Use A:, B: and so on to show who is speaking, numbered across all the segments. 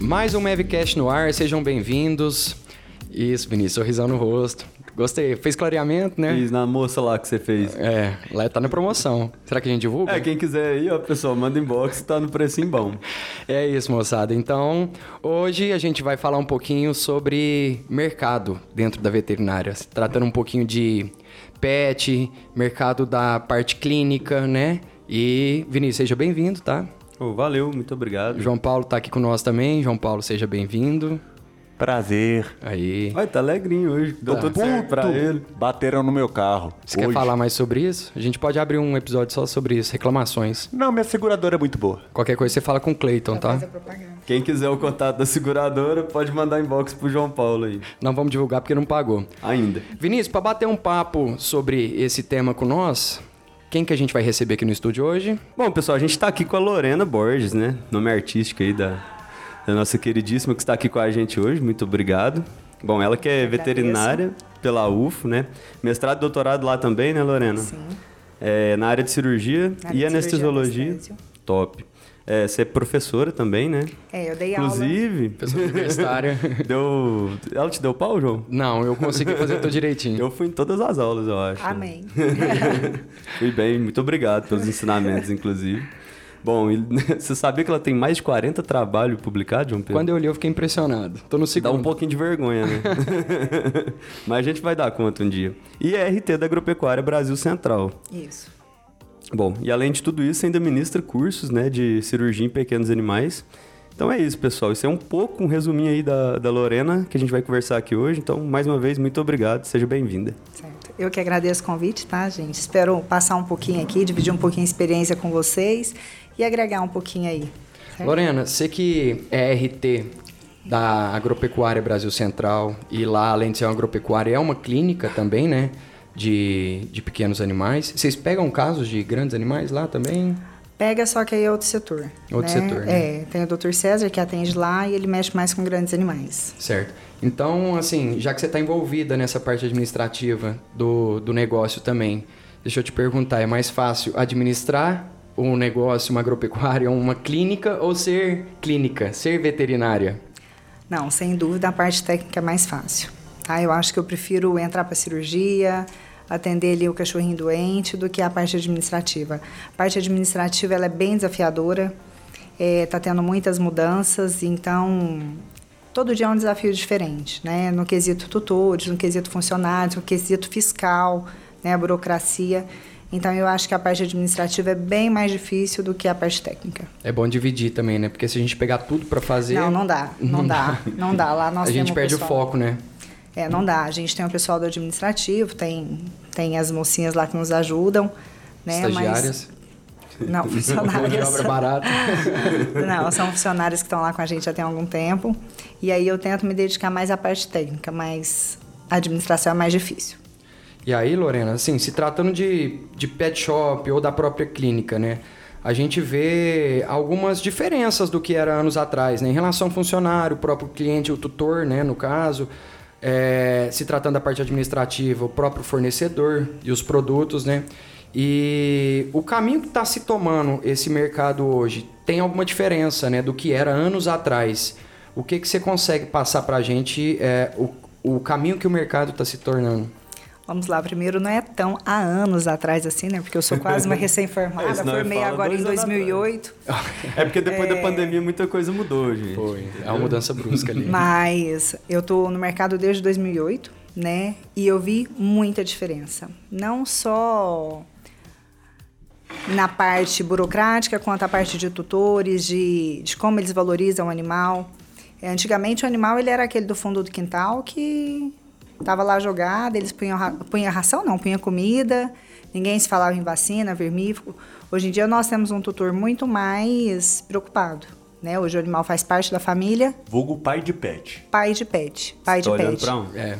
A: Mais um Mavcast no ar, sejam bem-vindos. Isso, Vinícius, sorrisão no rosto. Gostei, fez clareamento, né?
B: Fiz na moça lá que você fez.
A: É, lá tá na promoção. Será que a gente divulga?
B: É, quem quiser aí, ó, pessoal, manda inbox, tá no precinho bom.
A: É isso, moçada. Então, hoje a gente vai falar um pouquinho sobre mercado dentro da veterinária, se tratando um pouquinho de pet, mercado da parte clínica, né? E Vinícius, seja bem-vindo, tá?
B: Ô, valeu, muito obrigado.
A: João Paulo tá aqui com nós também. João Paulo, seja bem-vindo.
C: Prazer.
A: Aí.
B: Vai, tá alegrinho hoje. Deu
A: Tá.
B: tudo certo pra ele.
C: Bateram no meu carro.
A: Você quer
C: hoje.
A: falar mais sobre isso? A gente pode abrir um episódio só sobre isso, reclamações.
C: Não, minha seguradora é muito boa.
A: Qualquer coisa você fala com o Cleiton, tá?
B: Quem quiser o contato da seguradora, pode mandar inbox pro João Paulo aí.
A: Não vamos divulgar porque não pagou.
B: Ainda.
A: Vinícius, pra bater um papo sobre esse tema com nós, quem que a gente vai receber aqui no estúdio hoje?
B: Bom, pessoal, a gente tá aqui com a Lorena Borges, né? Nome artístico aí da, da nossa queridíssima que está aqui com a gente hoje. Muito obrigado. Bom, ela que é veterinária pela UFO, né? Mestrado e doutorado lá também, né, Lorena? Sim. na área de cirurgia
D: Na área
B: e
D: de
B: anestesiologia.
D: cirurgia e anestésio.
B: Top. É, você é professora também, né?
D: É, eu dei aula.
B: Inclusive,
A: Pessoa universitária.
B: deu. Ela te deu pau, João?
A: Não, eu consegui fazer tudo direitinho.
B: Eu fui em todas as aulas, eu acho.
D: Amém.
B: Fui bem, muito obrigado pelos ensinamentos, inclusive. Bom, e você sabia que ela tem mais de 40 trabalhos publicados, João Pedro?
A: Quando eu li, eu fiquei impressionado. Tô no
B: Dá
A: segundo.
B: um pouquinho de vergonha, né? Mas a gente vai dar conta um dia. E é RT da Agropecuária Brasil Central.
D: Isso.
B: Bom, e além de tudo isso, ainda ministra cursos né, de cirurgia em pequenos animais. Então é isso, pessoal. Isso é um pouco um resuminho aí da, da Lorena, que a gente vai conversar aqui hoje. Então, mais uma vez, muito obrigado. Seja bem-vinda.
D: Certo. Eu que agradeço o convite, tá, gente? Espero passar um pouquinho aqui, dividir um pouquinho a experiência com vocês e agregar um pouquinho aí. certo?
A: Lorena, você que é RT da Agropecuária Brasil Central e lá, além de ser uma agropecuária, é uma clínica também, né? De, de pequenos animais. Vocês pegam casos de grandes animais lá também?
D: Pega só que aí é outro setor.
A: Outro
D: né?
A: setor, né?
D: É, tem o Dr. César que atende lá e ele mexe mais com grandes animais.
A: Certo. Então, assim, já que você está envolvida nessa parte administrativa do, do negócio também, deixa eu te perguntar, é mais fácil administrar um negócio, uma agropecuária, uma clínica ou ser clínica, ser veterinária?
D: Não, sem dúvida a parte técnica é mais fácil. Tá? Eu acho que eu prefiro entrar para cirurgia, atender ali o cachorrinho doente, do que a parte administrativa. A parte administrativa ela é bem desafiadora, está tendo muitas mudanças, então todo dia é um desafio diferente, né? No quesito tutores, no quesito funcionários, no quesito fiscal, né? A burocracia. Então eu acho que a parte administrativa é bem mais difícil do que a parte técnica.
A: É bom dividir também, né? Porque se a gente pegar tudo para fazer,
D: Não, não dá, não, dá, não dá. Tá, Lá nós
A: a gente
D: temos
A: perde o
D: pessoal-
A: foco, né?
D: é, não dá. A gente tem o pessoal do administrativo, tem, tem as mocinhas lá que nos ajudam, né? mas- tá
A: Estagiárias.
D: não,
A: Mão de
D: funcionárias.
A: obra barata.
D: Não, são funcionários que estão lá com a gente já tem algum tempo. E aí eu tento me dedicar mais à parte técnica, mas a administração é mais difícil.
A: E aí, Lorena, assim, se tratando de, de pet shop ou da própria clínica, né? A gente vê algumas diferenças do que era anos atrás, né? Em relação ao funcionário, o próprio cliente, o tutor, né? No caso, é, se tratando da parte administrativa, o próprio fornecedor e os produtos, né? E o caminho que está se tomando esse mercado hoje tem alguma diferença, né? Do que era anos atrás. O que, que você consegue passar para a gente é, o, o caminho que o mercado está se tornando?
D: Vamos lá, primeiro não é tão há anos atrás assim, né? Porque eu sou quase uma
B: É,
D: recém-formada,
B: senão eu
D: formei
B: falo
D: agora em
B: dois anos atrás.
D: 2008.
B: É porque depois da pandemia muita coisa mudou, gente.
A: Foi. É uma mudança brusca ali.
D: Mas eu tô no mercado desde 2008, né? E eu vi muita diferença. Não só na parte burocrática, quanto a parte de tutores, de, de como eles valorizam o animal. É, Antigamente, o animal ele era aquele do fundo do quintal que estava lá jogado, eles punham, ra- punha ração, não, punha comida, ninguém se falava em vacina, vermífugo. Hoje em dia, nós temos um tutor muito mais preocupado. Né? Hoje o animal faz parte da família,
C: Vulgo pai de pet.
D: pai de pet, pai
B: Tô
D: de
B: olhando
D: pet.
B: pra um. onde?
A: É.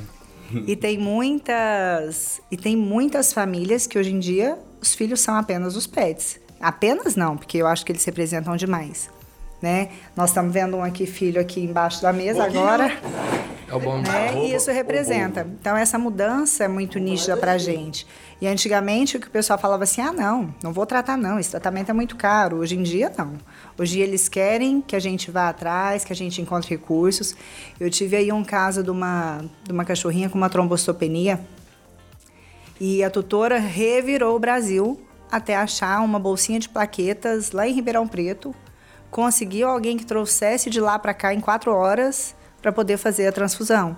D: E tem muitas e tem muitas famílias que hoje em dia os filhos são apenas os pets. Apenas não, porque eu acho que eles representam demais, né? Nós estamos vendo um aqui filho aqui embaixo da mesa agora.
A: É o bom.
D: né? E isso representa. Então, essa mudança é muito nítida para a gente. E antigamente, o que o pessoal falava assim, ah, não, não vou tratar não, esse tratamento é muito caro. Hoje em dia, não. Hoje em dia, eles querem que a gente vá atrás, que a gente encontre recursos. Eu tive aí um caso de uma, de uma cachorrinha com uma trombostopenia e a tutora revirou o Brasil até achar uma bolsinha de plaquetas lá em Ribeirão Preto. Conseguiu alguém que trouxesse de lá para cá em quatro horas para poder fazer a transfusão.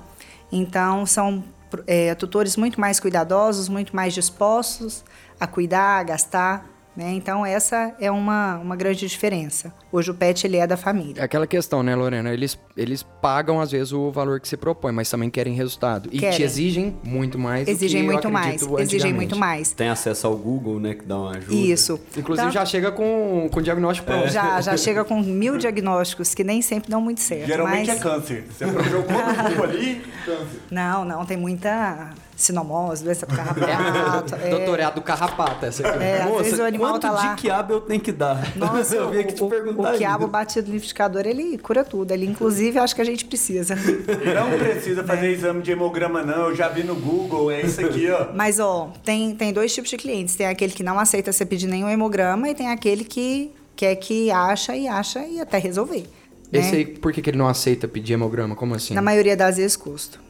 D: Então, são é, tutores muito mais cuidadosos, muito mais dispostos a cuidar, a gastar. né? Então, essa é uma, uma grande diferença. Hoje o PET ele é da família.
A: Aquela questão, né, Lorena? Eles, eles pagam, às vezes, o valor que se propõe, mas também querem resultado. E te
D: Querem.
A: exigem muito mais. do
D: Exigem
A: É, que eu
D: muito mais,
A: acredito
D: exigem
A: antigamente.
D: muito mais.
B: Tem acesso ao Google, né? Que dá uma ajuda.
D: Isso.
A: Inclusive,
D: Então-
A: já chega com, com diagnóstico pronto.
B: É.
D: Já, já chega com mil diagnósticos que nem sempre dão muito certo.
C: Geralmente
D: mas...
C: é câncer. Você jogou no cubo ali, câncer.
D: Não, não, tem muita sinomose, doença por carrapato. é.
A: Doutorado carrapata, essa aqui.
D: É, às vezes o animal
B: quanto
D: tá lá.
B: de quiabo eu tenho que dar?
D: Nossa,
B: eu vim aqui te
D: o, o,
B: perguntar
D: o quiabo
B: ainda.
D: batido no liquidificador, ele cura tudo. Ele, inclusive, acho que a gente precisa.
C: Não precisa fazer exame de hemograma, não. Eu já vi no Google, é isso aqui, ó.
D: Mas, ó, tem, tem dois tipos de clientes. Tem aquele que não aceita você pedir nenhum hemograma e tem aquele que quer que acha e acha e até resolver. né?
A: Esse aí, por que, que ele não aceita pedir hemograma? Como assim?
D: Na maioria das vezes, custo.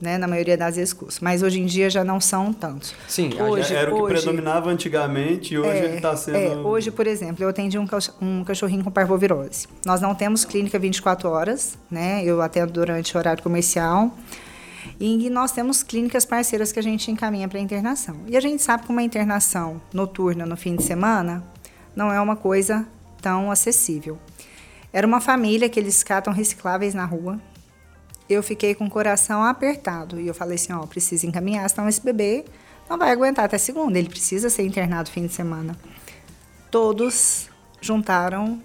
D: Né? Na maioria das vezes, custo. Mas hoje em dia já não são tantos.
A: Sim, a
D: hoje,
B: É, Era o que
D: hoje-
B: predominava antigamente e hoje
D: É,
B: ele tá sendo.
D: é, hoje, por exemplo, eu atendi um, cach- um cachorrinho com parvovirose. Nós não temos clínica 24 horas, né? Eu atendo durante o horário comercial. E nós temos clínicas parceiras que a gente encaminha para internação. E a gente sabe que uma internação noturna no fim de semana não é uma coisa tão acessível. Era uma família que eles catam recicláveis na rua. Eu fiquei com o coração apertado e eu falei assim, ó, precisa encaminhar, senão esse bebê não vai aguentar até segunda, ele precisa ser internado fim de semana. Todos juntaram,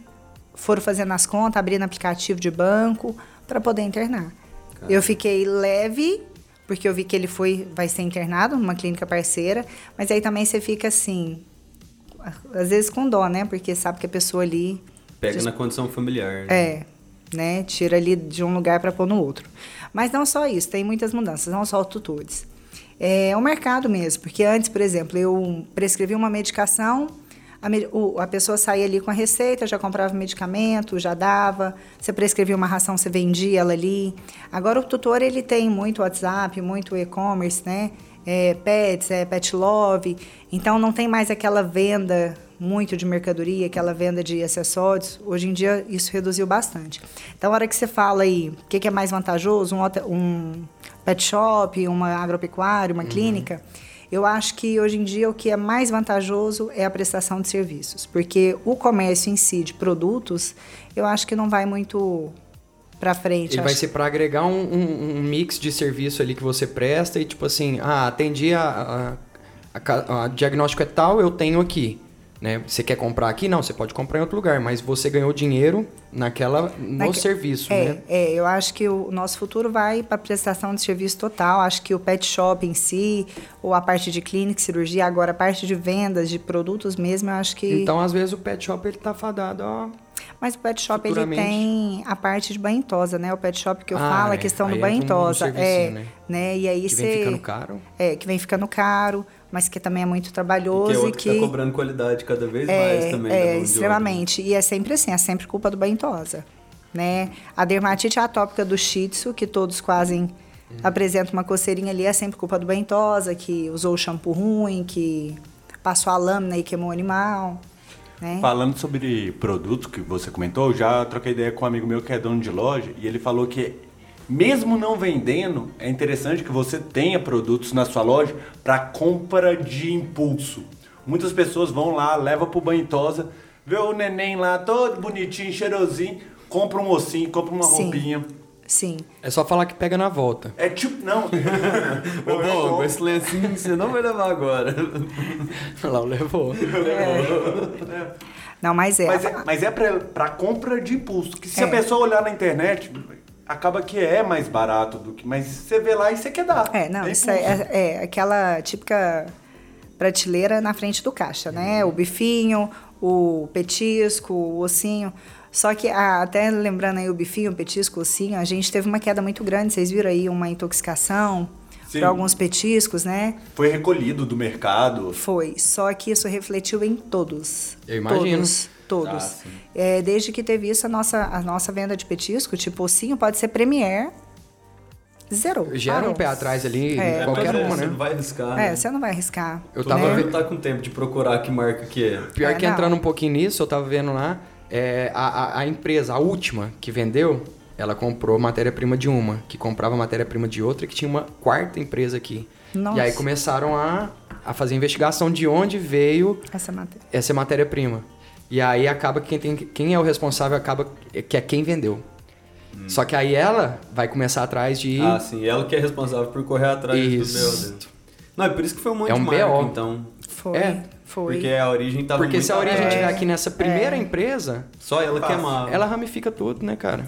D: foram fazendo as contas, abrindo aplicativo de banco para poder internar. Eu fiquei leve porque eu vi que ele foi vai ser internado numa clínica parceira, mas aí também você fica assim, às vezes com dó, né? Porque sabe que a pessoa ali
B: Pega na condição familiar. né?
D: é, né? Tira ali de um lugar para pôr no outro. Mas não só isso, tem muitas mudanças, não só o tutores. É o mercado mesmo, porque antes, por exemplo, eu prescrevi uma medicação, a, me- o- a pessoa saía ali com a receita, já comprava o medicamento, já dava. Você prescrevia uma ração, você vendia ela ali. Agora o tutor ele tem muito WhatsApp, muito e-commerce, né? É, pets, é pet love. Então não tem mais aquela venda muito de mercadoria, aquela venda de acessórios. Hoje em dia isso reduziu bastante. Então, a hora que você fala aí, o que, que é mais vantajoso, um, hotel- um pet shop, uma agropecuária,
A: Uhum.
D: uma clínica, eu acho que hoje em dia o que é mais vantajoso é a prestação de serviços, porque o comércio em si de produtos, eu acho que não vai muito para frente.
A: Ele vai
D: acho-
A: ser pra agregar um, um- um mix de serviço ali que você presta e tipo assim, ah, atendi a, a, a ca- a diagnóstico é tal, eu tenho aqui. Né? Você quer comprar aqui? Não, você pode comprar em outro lugar, mas você ganhou dinheiro naquela, no
D: Naque-
A: serviço,
D: É,
A: né?
D: é, eu acho que o nosso futuro vai para prestação de serviço total. Acho que o pet shop em si, ou a parte de clínica, cirurgia, agora a parte de vendas de produtos mesmo, eu acho que.
A: Então, às vezes, o pet shop ele tá fadado, ó.
D: Mas o pet shop ele
A: futuramente-
D: tem a parte de banhentosa, né? O pet shop que eu
A: Ah,
D: falo,
A: é.
D: a questão
A: Aí
D: do
A: entra um
D: banhentosa. é,
A: servicinho, né?
D: né? E aí
A: que
D: você.
A: vem ficando caro.
D: É, que vem ficando caro, mas que também é muito
B: Que é
D: trabalhoso e
B: outro que... tá
D: que.
B: cobrando qualidade cada vez mais
D: É,
B: também. da mão de
D: é
B: obra.
D: extremamente. E é sempre assim, é sempre culpa do banhentosa, né? A dermatite atópica do shih tzu, que todos quase apresentam uma coceirinha ali, é sempre culpa do banhentosa, que usou o shampoo ruim, que passou a lâmina e queimou o animal, né?
C: Falando sobre produto que você comentou, eu já troquei ideia com um amigo meu que é dono de loja e ele falou que mesmo não vendendo, é interessante que você tenha produtos na sua loja para compra de impulso. Muitas pessoas vão lá, leva pro banhosa, vê o neném lá todo bonitinho, cheirosinho, compra um ossinho, compra uma
D: Sim.
C: roupinha.
D: Sim.
A: É só falar que pega na volta.
C: É tipo, não.
B: Ô, bom, esse lencinho você não vai levar agora.
A: Lá o levou.
D: É. Não, mas é.
C: Mas é, mas é pra, pra compra de impulso. Que se
D: É.
C: a pessoa olhar na internet, acaba que é mais barato do que. Mas você vê lá e você quer dar.
D: É, não,
C: É
D: isso é,
C: impulso.
D: é- é aquela típica prateleira na frente do caixa, né? O bifinho, o petisco, o ossinho. Só que, ah, até lembrando aí o bifinho, o petisco, assim, a gente teve uma queda muito grande. Vocês viram aí uma intoxicação
C: Sim.
D: por alguns petiscos, né?
C: Foi recolhido do mercado.
D: Foi. Só que isso refletiu em todos.
A: Eu imagino.
D: Todos. todos.
C: Ah, sim.
D: É, desde que teve isso, a nossa, a nossa venda de petisco, tipo, sim, pode ser Premier. Zerou.
A: Gera um
D: parou.
A: pé atrás ali,
D: É.
A: em qualquer
B: Pois é,
A: uma,
B: Você
A: né?
B: não vai arriscar.
D: É,
B: né?
D: você não vai arriscar.
A: Eu
B: Todo
A: tava
B: mundo
A: ve-
B: não tá com tempo de procurar que marca que é.
A: Pior
D: É,
A: que
D: não.
A: entrando um pouquinho nisso, eu tava vendo lá, é, a, a- a empresa, a última que vendeu, ela comprou matéria-prima de uma, que comprava matéria-prima de outra, que tinha uma quarta empresa aqui.
D: Nossa.
A: E aí começaram a, a fazer investigação de onde veio
D: Essa matéria.
A: essa matéria-prima. E aí acaba que quem, tem, quem é o responsável acaba que é quem vendeu. Só que aí ela vai começar atrás de.
B: Hum. Ah, sim. Ela que é responsável por correr atrás
A: Isso.
B: do BO dentro. Não, é por isso que foi um monte
A: É um
B: de marca,
A: BO.
B: então.
D: Foi.
A: É,
D: foi. É.
B: Porque a origem tava
A: Porque
B: muito
A: se a origem
B: atrás.
A: estiver aqui nessa primeira empresa,
B: Só ela é queimava.
A: ela ramifica tudo, né, cara?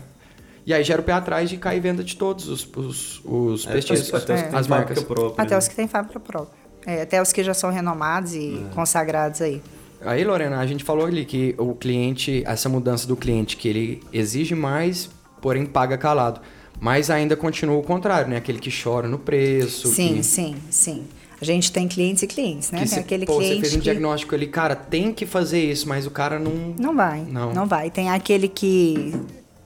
A: E aí gera o pé atrás de cair venda de todos os, os,
B: é,
A: os petiscos,
B: até os que tem
A: as
B: marca
A: marcas.
B: própria,
D: É. Até
B: né?
D: os que têm fábrica própria. É, até os que já são renomados e
A: É.
D: consagrados aí.
A: Aí, Lorena, a gente falou ali que o cliente, essa mudança do cliente, que ele exige mais, porém paga calado. Mas ainda continua o contrário, né? Aquele que chora no preço.
D: Sim,
A: que...
D: sim, sim. A gente tem clientes e clientes, né?
A: Que
D: tem
A: se,
D: aquele
A: pô, você
D: cliente
A: fez um
D: que
A: diagnóstico ali, cara, tem que fazer isso, mas o cara não.
D: não vai,
A: Não.
D: não. vai. Tem aquele que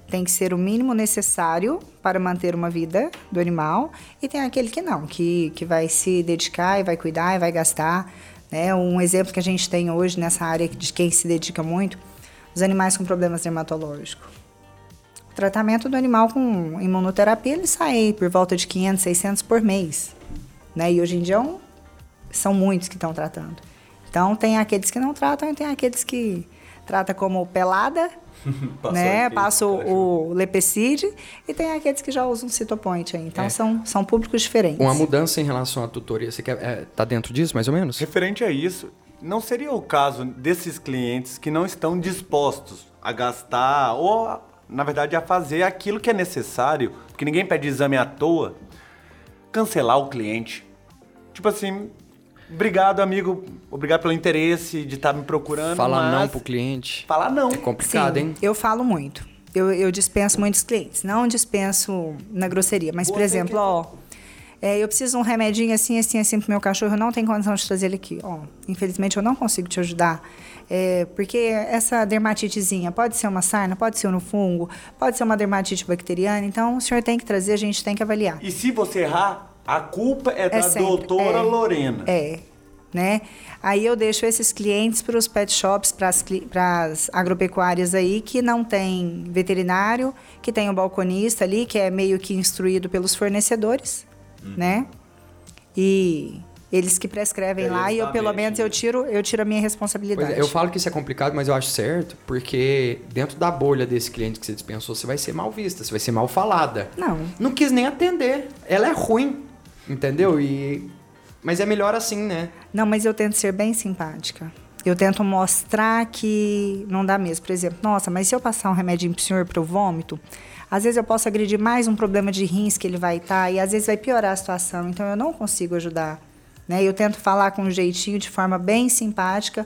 D: tem que ser o mínimo necessário para manter uma vida do animal e tem aquele que não, que, que vai se dedicar e vai cuidar e vai gastar, né? Um exemplo que a gente tem hoje nessa área de quem se dedica muito, os animais com problemas dermatológicos. O tratamento do animal com imunoterapia, ele sai por volta de 500, 600 por mês. Né? E hoje em dia é um- são muitos que estão tratando. Então, tem aqueles que não tratam e tem aqueles que trata como pelada,
B: Passou
D: né?
B: aqui,
D: Passa
B: cachorro.
D: o, o lepecide e tem aqueles que já usam citopoint aí. Então,
A: É.
D: são, são públicos diferentes.
A: Uma mudança em relação à tutoria. Você quer. é, tá dentro disso, mais ou menos?
C: Referente a isso, não seria o caso desses clientes que não estão dispostos a gastar ou, na verdade, a fazer aquilo que é necessário, porque ninguém pede exame à toa, cancelar o cliente. Tipo assim, obrigado, amigo, obrigado pelo interesse de estar me procurando.
A: Falar não
C: mas-
A: pro cliente.
C: Falar não.
A: É complicado,
D: Sim,
A: hein?
D: eu falo muito. Eu, eu dispenso muitos clientes. Não dispenso na grosseria, mas, por exemplo, ó... é, eu preciso de um remedinho assim, assim, assim pro meu cachorro. Eu não tenho condição de trazer ele aqui. Ó, infelizmente, eu não consigo te ajudar. É, porque essa dermatitezinha pode ser uma sarna, pode ser um fungo, pode ser uma dermatite bacteriana. Então, o senhor tem que trazer, a gente tem que avaliar.
C: E se você errar, a culpa é, da
D: sempre,
C: doutora
D: é.
C: Lorena.
D: É, né? Aí eu deixo esses clientes para os pet shops, para as agropecuárias aí que não tem veterinário, que tem um balconista ali, que é meio que instruído pelos fornecedores,
C: Uhum.
D: né? E eles que prescrevem
B: Eles
D: lá e eu
B: sabem,
D: pelo menos
B: né?
D: eu tiro, eu tiro a minha responsabilidade.
A: Pois é, eu falo que isso é complicado, mas eu acho certo, porque dentro da bolha desse cliente que você dispensou, você vai ser mal vista, você vai ser mal falada.
D: Não.
A: Não quis nem atender. Ela é ruim, entendeu? E. Mas é melhor assim, né?
D: Não, mas eu tento ser bem simpática. Eu tento mostrar que não dá mesmo. Por exemplo, nossa, mas se eu passar um remédio pro senhor pro vômito, às vezes eu posso agredir mais um problema de rins que ele vai estar e às vezes vai piorar a situação. Então eu não consigo ajudar. Né? Eu tento falar com um jeitinho, de forma bem simpática,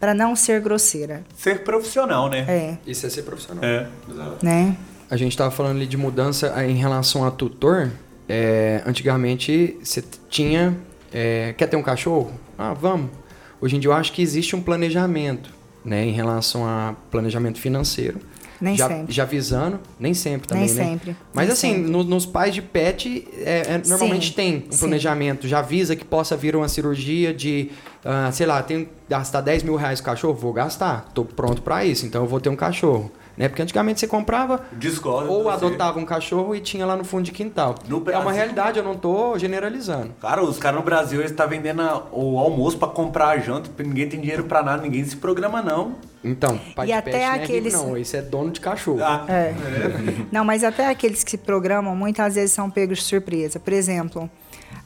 D: para não ser grosseira.
C: Ser profissional, né?
D: É,
A: Isso é ser profissional.
C: É. Exato.
D: né?
A: A gente tava falando ali de mudança eh, em relação a tutor. É, antigamente você t- tinha. é, quer ter um cachorro? Ah, vamos. Hoje em dia eu acho que existe um planejamento, né? Em relação a planejamento financeiro.
D: Nem
A: já,
D: sempre.
A: Já visando, nem sempre também,
D: Nem
A: né?
D: sempre.
A: Mas
D: Nem
A: assim,
D: sempre.
A: no- nos pais de pet, é, é, normalmente
D: Sim,
A: tem um
D: sim.
A: planejamento. Já avisa que possa vir uma cirurgia de, ah, sei lá, tenho que gastar 10 mil reais com cachorro? Vou gastar. Tô pronto pra isso, então eu vou ter um cachorro. Né? Porque antigamente você comprava
C: Discordo. de
A: ou
C: você.
A: adotava um cachorro e tinha lá no fundo de quintal.
C: No
A: é
C: Brasil-
A: uma realidade, eu não tô generalizando.
C: Cara, os caras no Brasil eles tá vendendo a- o almoço pra comprar a janta, porque ninguém tem dinheiro pra nada, ninguém se programa não.
A: Então, pai
D: E
A: de
D: até
A: pet não
D: aqueles-
A: é rico, não. Esse é dono de cachorro.
C: Ah,
D: É. Não, mas até aqueles que se programam muitas vezes são pegos de surpresa. Por exemplo,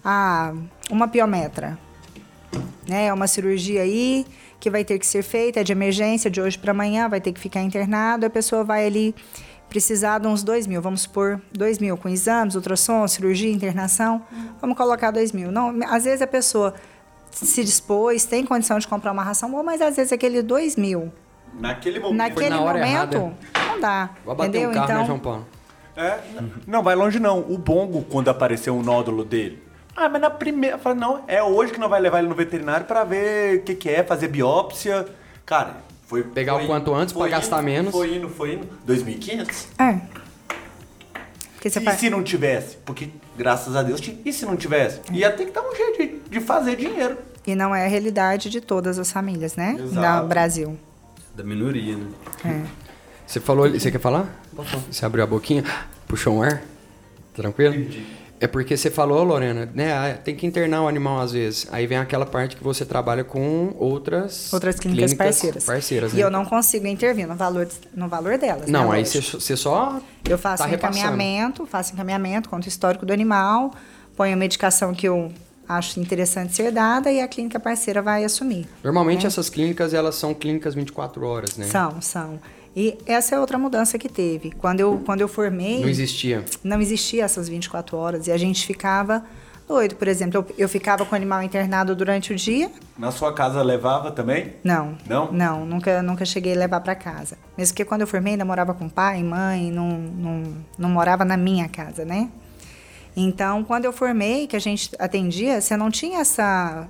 D: a, uma piometra. Né? É uma cirurgia aí que vai ter que ser feita, é de emergência, de hoje para amanhã, vai ter que ficar internado. A pessoa vai ali precisar de uns dois mil, vamos supor, dois mil com exames, ultrassom, cirurgia, internação. Vamos colocar dois mil. Não, às vezes a pessoa se dispôs, tem condição de comprar uma ração boa, mas às vezes aquele dois mil
C: Naquele momento.
D: Naquele
A: na hora
D: momento,
A: errada.
D: não não dá.
A: Vai bater
D: entendeu?
A: um carro,
D: então,
A: né, João Paulo?
C: É, n- não vai longe não. O Bongo, quando apareceu o nódulo dele. Ah, mas na primeira. Fala, não, é hoje que não vai levar ele no veterinário pra ver o que, que é, fazer biópsia. Cara, foi.
A: Pegar
C: foi
A: o quanto antes pra
C: foi
A: gastar
C: indo,
A: menos.
C: Foi indo, foi indo. 2.500?
D: É. Porque você
C: e
D: faz.
C: se não tivesse? Porque, graças a Deus, tinha. e se não tivesse?
D: Hum.
C: Ia ter que dar um jeito de, de fazer dinheiro.
D: E não é a realidade de todas as famílias, né?
C: Exato.
D: No Brasil.
B: Da minoria, né?
D: É.
A: Você falou ali, você quer falar? Você abriu a boquinha, puxou um ar? Tranquilo? É porque você falou, Lorena, né? ah, Tem que internar o animal às vezes. Aí vem aquela parte que você trabalha com outras
D: Outras clínicas, parceiras.
A: parceiras,
D: E
A: né?
D: eu não consigo intervir no valor, no valor delas.
A: Não,
D: né,
A: aí você
D: lógico.
A: só- você só.
D: Eu faço
A: tá
D: um
A: repassando.
D: encaminhamento, faço encaminhamento, conto o histórico do animal, ponho a medicação que eu acho interessante ser dada e a clínica parceira vai assumir.
A: Normalmente essas clínicas, elas são clínicas 24 horas, né?
D: São, são. E essa é outra mudança que teve. Quando eu, quando eu formei,
A: Não existia.
D: não existia essas 24 horas e a gente ficava doido. Por exemplo, eu, eu ficava com o animal internado durante o dia,
C: Na sua casa levava também?
D: Não.
C: Não?
D: Não, nunca, nunca cheguei a levar pra casa. Mesmo porque quando eu formei, ainda morava com pai, mãe, não, não, não morava na minha casa, né? Então, quando eu formei, que a gente atendia, você não tinha essa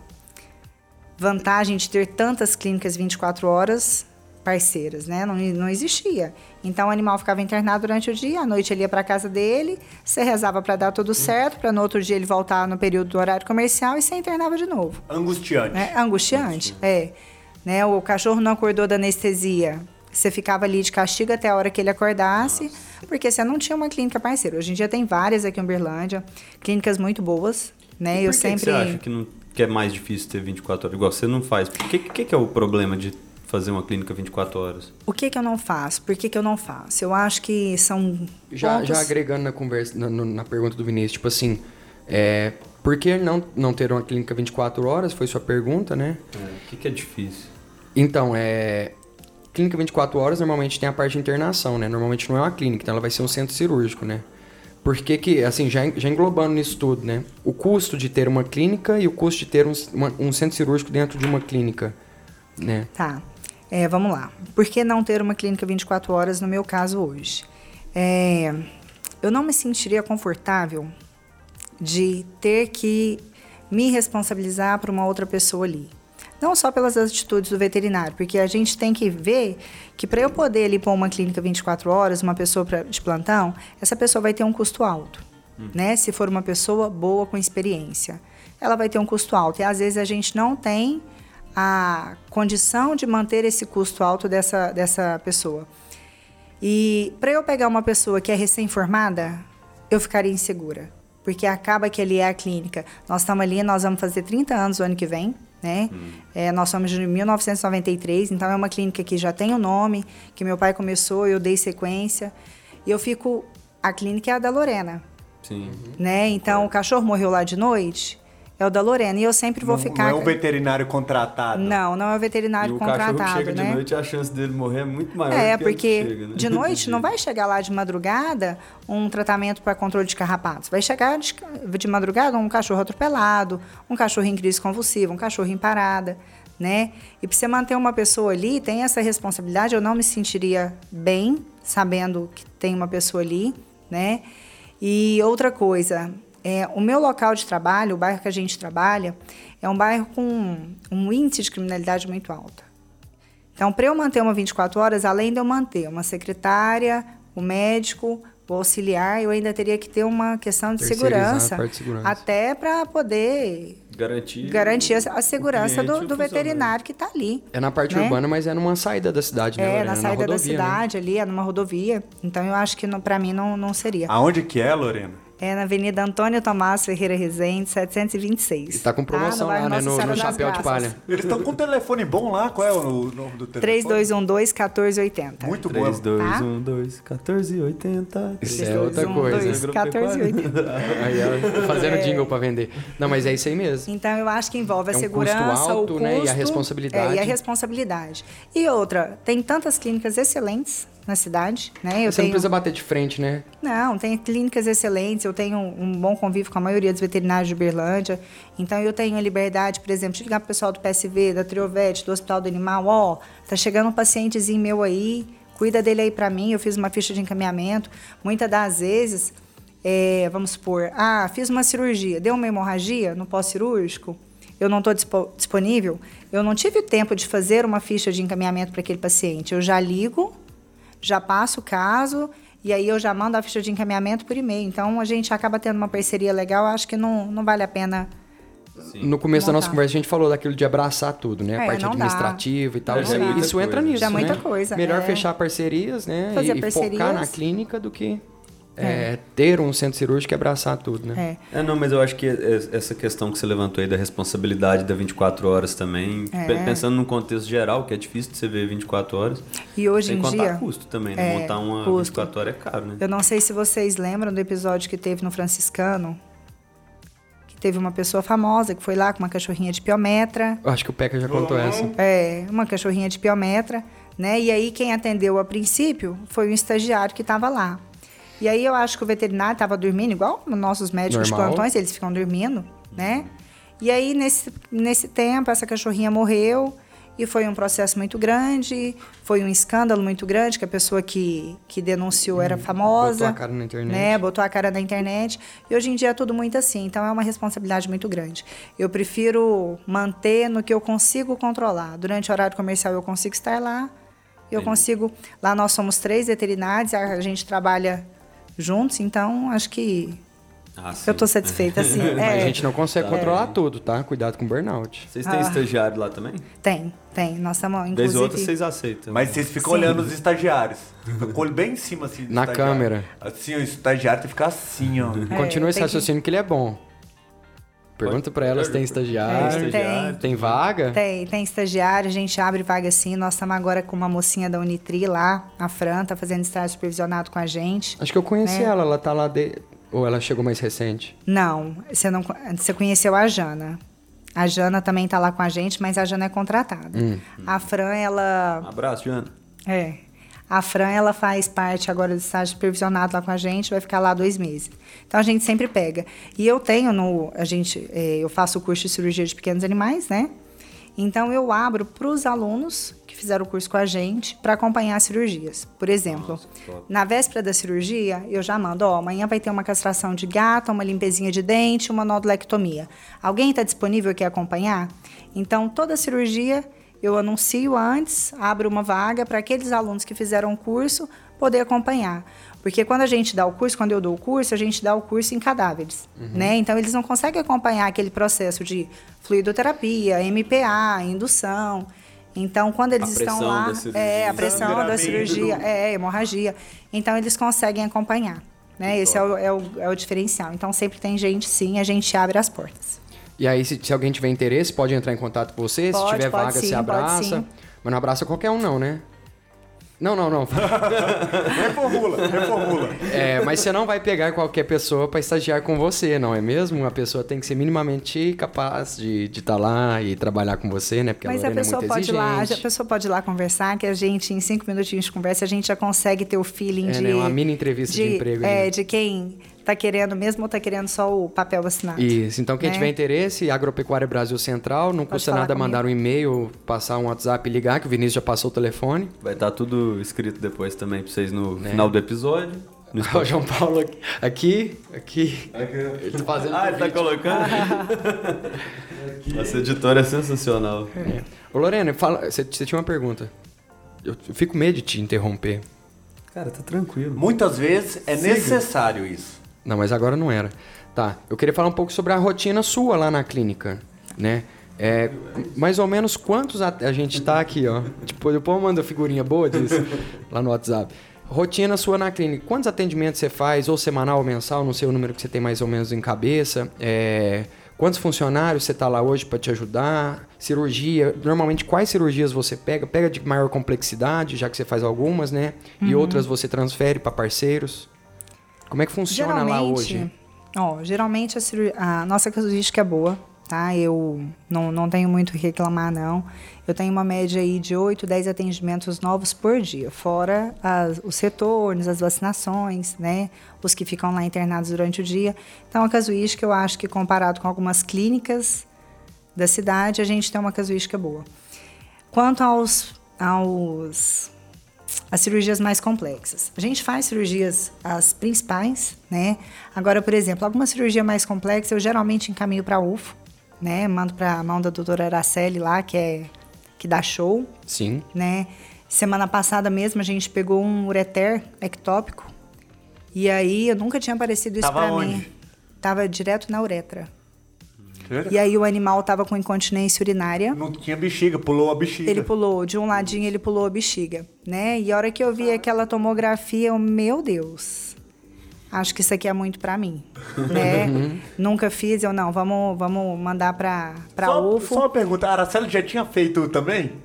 D: vantagem de ter tantas clínicas 24 horas parceiras, né? Não, não existia. Então, o animal ficava internado durante o dia, à noite ele ia pra casa dele, você rezava pra dar tudo certo, pra no outro dia ele voltar no período do horário comercial e você internava de novo
C: Angustiante.
D: né? Angustiante, é. Né? O cachorro não acordou da anestesia. Você ficava ali de castigo até a hora que ele acordasse, porque você não tinha uma clínica parceira. Hoje em dia tem várias aqui em Uberlândia, clínicas muito boas, né?
B: E
D: Eu
B: por que que
D: sempre
B: você acha que, não, que é mais difícil ter 24 horas? Igual você não faz. O que, que, que é o problema de fazer uma clínica 24 horas?
D: O que que eu não faço? Por que que eu não faço? Eu acho que são
A: Já,
D: pontos...
A: já agregando na conversa, na, no- na pergunta do Vinícius, tipo assim, é, por que não, não ter uma clínica 24 horas? Foi sua pergunta, né?
B: O que, que é difícil?
A: Então, é. Clínica 24 horas normalmente tem a parte de internação, né? Normalmente não é uma clínica, então ela vai ser um centro cirúrgico, né? Por que que, assim, já, en- já englobando nisso tudo, né? O custo de ter uma clínica e o custo de ter um, c- uma- um centro cirúrgico dentro de uma clínica, né?
D: Tá. É, vamos lá. Por que não ter uma clínica 24 horas no meu caso hoje? É, eu não me sentiria confortável de ter que me responsabilizar por uma outra pessoa ali. Não só pelas atitudes do veterinário, porque a gente tem que ver que para eu poder ali pôr uma clínica 24 horas, uma pessoa pra, de plantão, essa pessoa vai ter um custo alto, né? Se for uma pessoa boa com experiência, ela vai ter um custo alto. E às vezes a gente não tem a condição de manter esse custo alto dessa, dessa pessoa. E para eu pegar uma pessoa que é recém-formada, eu ficaria insegura. Porque acaba que ali é a clínica. Nós estamos ali, nós vamos fazer 30 anos o ano que vem, né?
B: Hum.
D: É, nós somos de 1993, então é uma clínica que já tem o nome, que meu pai começou, eu dei sequência. E eu fico. A clínica é a da Lorena,
B: Sim.
A: Uhum.
D: né? Então
B: Hum.
D: o cachorro morreu lá de noite, é o da Lorena. E eu sempre vou
C: não,
D: ficar.
C: não é um veterinário contratado.
D: Não, não é o
B: e
D: veterinário
B: o
D: contratado,
B: cachorro que chega
D: né?
B: de noite, a chance dele morrer é muito maior
D: É,
B: do que ele
D: porque
B: chega, né?
D: de noite não vai chegar lá de madrugada um tratamento para controle de carrapatos. Vai chegar de, de madrugada um cachorro atropelado, um cachorro em crise convulsiva, um cachorro em parada, né? E para você manter uma pessoa ali, tem essa responsabilidade. Eu não me sentiria bem sabendo que tem uma pessoa ali, né? E outra coisa, é, o meu local de trabalho, o bairro que a gente trabalha, é um bairro com um índice de criminalidade muito alto. Então, para eu manter uma 24 horas, além de eu manter uma secretária, o médico, o auxiliar, eu ainda teria que ter uma questão de
A: Terceirizar a
D: segurança,
A: parte de segurança.
D: até para poder
B: Garantir.
D: garantir é a- a segurança
B: cliente e
D: do,
B: o
D: do veterinário que está ali.
A: né? É na parte
D: Né?
A: urbana, mas é numa saída da cidade, né,
D: É,
A: Lorena?
D: na saída da
A: rodovia, né?
D: cidade ali, é numa rodovia. Então, eu acho que para mim não, não seria.
A: Ah.
C: Aonde que é, Lorena?
D: É na Avenida Antônio Tomás Ferreira Rezende, 726.
A: E tá com promoção
D: Ah, bairro
A: lá, né?
D: Nossa
A: No,
D: Senhora
A: no
D: das
A: chapéu de
D: Graças.
A: palha.
C: Eles estão com um telefone bom lá. Qual é o nome do telefone?
D: 3212-1480.
C: Muito bom.
B: 3, 2,
D: Tá?
B: 1, 2, 14, 80.
A: Isso é
D: um
A: outra coisa.
D: 2, 14, 80.
A: Aí ela
D: É.
A: fazendo jingle pra vender. Não, mas é isso aí mesmo.
D: Então eu acho que envolve a
A: É um
D: segurança,
A: custo alto,
D: o custo,
A: né, e a responsabilidade.
D: é, e a responsabilidade. E outra, tem tantas clínicas excelentes na cidade, né? Eu
A: Você não
D: tenho-
A: precisa bater de frente, né?
D: não, tem clínicas excelentes, eu tenho um bom convívio com a maioria dos veterinários de Uberlândia. Então, eu tenho a liberdade, por exemplo, de ligar para o pessoal do PSV, da Triovet, do Hospital do Animal, ó, tá chegando um pacientezinho meu aí, cuida dele aí para mim, eu fiz uma ficha de encaminhamento. Muitas das vezes, é, vamos supor, ah, fiz uma cirurgia, deu uma hemorragia no pós-cirúrgico, eu não estou dispo disponível, eu não tive tempo de fazer uma ficha de encaminhamento para aquele paciente. Eu já ligo, já passo o caso e aí eu já mando a ficha de encaminhamento por e-mail. Então a gente acaba tendo uma parceria legal, acho que não, não vale a pena.
A: No começo da
D: Não
A: nossa
D: dá.
A: conversa, a gente falou daquilo de abraçar tudo, né? A
D: É,
A: parte
D: não dá.
A: administrativa e tal.
D: Não
A: Isso,
D: dá. É muita
A: isso entra
B: coisa.
A: nisso.
D: Dá muita
A: né?
D: coisa,
A: Melhor
D: é.
A: fechar parcerias, né?
D: Fazer
A: e
D: parcerias.
A: focar na clínica do que é, ter um centro cirúrgico e abraçar tudo, né?
D: É.
B: É, não, mas eu acho que é- essa questão que você levantou aí da responsabilidade da 24 horas também,
D: É.
B: pe- pensando num contexto geral, que é difícil de você ver 24 horas,
D: E hoje
B: sem
D: em
B: contar
D: dia.
B: custo também, né?
D: é,
B: Montar uma
D: custo.
B: 24 horas é caro, né?
D: Eu não sei se vocês lembram do episódio que teve no Franciscano, que teve uma pessoa famosa que foi lá com uma cachorrinha de piometra.
A: Eu acho que o Peca já contou essa.
D: É, uma cachorrinha de piometra, né? E aí quem atendeu a princípio foi um estagiário que estava lá. E aí eu acho que o veterinário estava dormindo, igual os nossos médicos
A: Normal.
D: de plantões, eles ficam dormindo, né? E aí nesse, nesse tempo essa cachorrinha morreu e foi um processo muito grande, foi um escândalo muito grande, que a pessoa que, que denunciou era famosa.
A: botou a cara na internet.
D: Né? botou a cara na internet. E hoje em dia é tudo muito assim, então é uma responsabilidade muito grande. Eu prefiro manter no que eu consigo controlar. Durante o horário comercial eu consigo estar lá, eu consigo. Lá nós somos três veterinários, a gente trabalha juntos, então acho que
B: Ah, sim.
D: eu estou satisfeita assim.
A: Mas
D: É,
A: a gente não consegue controlar tudo, tá? Cuidado com burnout.
B: Vocês têm estagiário lá também?
D: Tem, tem. Nós estamos,
B: Vez ou outra
D: Ah. inclusive.
B: vocês aceitam.
C: Mas vocês ficam
D: Sim.
C: olhando os estagiários. Ficou ele bem em cima, assim. do
A: Na
C: estagiário.
A: câmera.
C: Assim, o estagiário tem que ficar assim, ó.
A: Continua esse
D: tem que-
A: raciocínio que ele é bom. Pergunta pra ela se tem
D: É,
A: estagiário.
B: estagiário.
A: Tem vaga?
D: Tem, tem estagiário, a gente abre vaga assim. Nós estamos agora com uma mocinha da Unitri lá, a Fran, tá fazendo estágio supervisionado com a gente.
A: Acho que eu conheci
D: É.
A: ela, ela tá lá de. Ou ela chegou mais recente?
D: Não, você não, co- você conheceu a Jana. A Jana também tá lá com a gente, mas a Jana é contratada. A Fran,
B: Um
D: ela
B: abraço, Jana.
D: é. A Fran, ela faz parte agora do estágio supervisionado lá com a gente, vai ficar lá dois meses. Então a gente sempre pega. E eu tenho no, a gente, é, eu faço o curso de cirurgia de pequenos animais, né? Então eu abro para os alunos que fizeram o curso com a gente para acompanhar as cirurgias. Por exemplo, na véspera da cirurgia, eu já mando, ó, amanhã vai ter uma castração de gata, uma limpezinha de dente, uma nodulectomia. Alguém está disponível aqui acompanhar? Então, toda cirurgia eu anuncio antes, abro uma vaga para aqueles alunos que fizeram o curso poder acompanhar. Porque quando a gente dá o curso, quando eu dou o curso, a gente dá o curso em cadáveres,
B: Uhum.
D: né? Então eles não conseguem acompanhar aquele processo de fluidoterapia, MPA, indução. Então, quando eles estão
B: pressão
D: lá,
B: da cirurgia.
D: é a pressão da
C: Sangramento.
D: cirurgia, é, hemorragia. Então, eles conseguem acompanhar. Né? Esse é o, é, o, é o diferencial. Então, sempre tem gente, sim, a gente abre as portas.
A: E aí, se, se alguém tiver interesse, pode entrar em contato com você. se
D: Pode,
A: tiver
D: pode
A: vaga,
D: sim,
A: você
D: pode
A: abraça.
D: sim.
A: Mas não abraça qualquer um, não, né? Não, não, não.
C: é Reformula, reformula.
A: É, mas você não vai pegar qualquer pessoa pra estagiar com você, não é mesmo? A pessoa tem que ser minimamente capaz de estar lá e trabalhar com você, né? Porque
D: Mas
A: a
D: a
A: Lorena
D: pessoa,
A: é muito
D: pode ir
A: exigente.
D: lá, a pessoa pode ir lá conversar, que a gente, em cinco minutinhos de conversa, a gente já consegue ter o feeling
A: É,
D: de.
A: né? Uma mini entrevista de emprego né?
D: É,
A: ainda.
D: de quem tá querendo mesmo ou tá querendo só o papel assinado.
A: Isso, então quem
D: né?
A: tiver interesse, Agropecuária Brasil Central, não custa
D: falar
A: nada
D: comigo.
A: mandar um e-mail, passar um WhatsApp e ligar, que o Vinícius já passou o telefone.
B: Vai estar tudo escrito depois também pra vocês no final do episódio. No
A: Ó, o João Paulo aqui, aqui, aqui.
C: Aqui.
A: Ele tá fazendo
B: Ah, ele tá
A: convite.
B: colocando? Essa editora é sensacional.
A: É. Ô Lorena, fala, você, você tinha uma pergunta. Eu fico com medo de te interromper.
B: Cara, tá tranquilo.
C: Muitas vezes é necessário isso.
A: Não, mas agora não era. Tá, eu queria falar um pouco sobre a rotina sua lá na clínica, né? É, mais ou menos quantos a, a gente tá aqui, ó. Tipo, depois manda figurinha boa disso lá no WhatsApp. Rotina sua na clínica. Quantos atendimentos você faz, ou semanal ou mensal? Não sei o número que você tem mais ou menos em cabeça. É, quantos funcionários você tá lá hoje para te ajudar? Cirurgia. Normalmente, quais cirurgias você pega? Pega de maior complexidade, já que você faz algumas, né? E outras você transfere para parceiros. Como é que funciona lá hoje?
D: Ó, geralmente a, cirurgi- a nossa casuística é boa, tá? Eu não, não tenho muito o que reclamar, não. Eu tenho uma média aí de 8, 10 atendimentos novos por dia, fora as- os retornos, as vacinações, né? Os que ficam lá internados durante o dia. Então, a casuística, eu acho que comparado com algumas clínicas da cidade, a gente tem uma casuística boa. Quanto aos, aos as cirurgias mais complexas. A gente faz cirurgias as principais, né? Agora, por exemplo, alguma cirurgia mais complexa eu geralmente encaminho para UFO, né? Mando para a mão da doutora Araceli lá, que é que dá show,
A: Sim.
D: né? Semana passada mesmo a gente pegou um ureter ectópico. E aí eu nunca tinha aparecido isso
C: Tava
D: pra
C: onde?
D: mim. Tava direto na uretra.
B: É
D: E aí o animal tava com incontinência urinária.
C: Não tinha bexiga, pulou a bexiga.
D: Ele pulou, de um ladinho ele pulou a bexiga, né? E a hora que eu vi aquela tomografia, eu, meu Deus, acho que isso aqui é muito pra mim,
C: Uhum.
D: né? Nunca fiz, eu não, vamos, vamos mandar pra, pra
C: só,
D: UFO,
C: só uma pergunta, a Araceli já tinha feito também?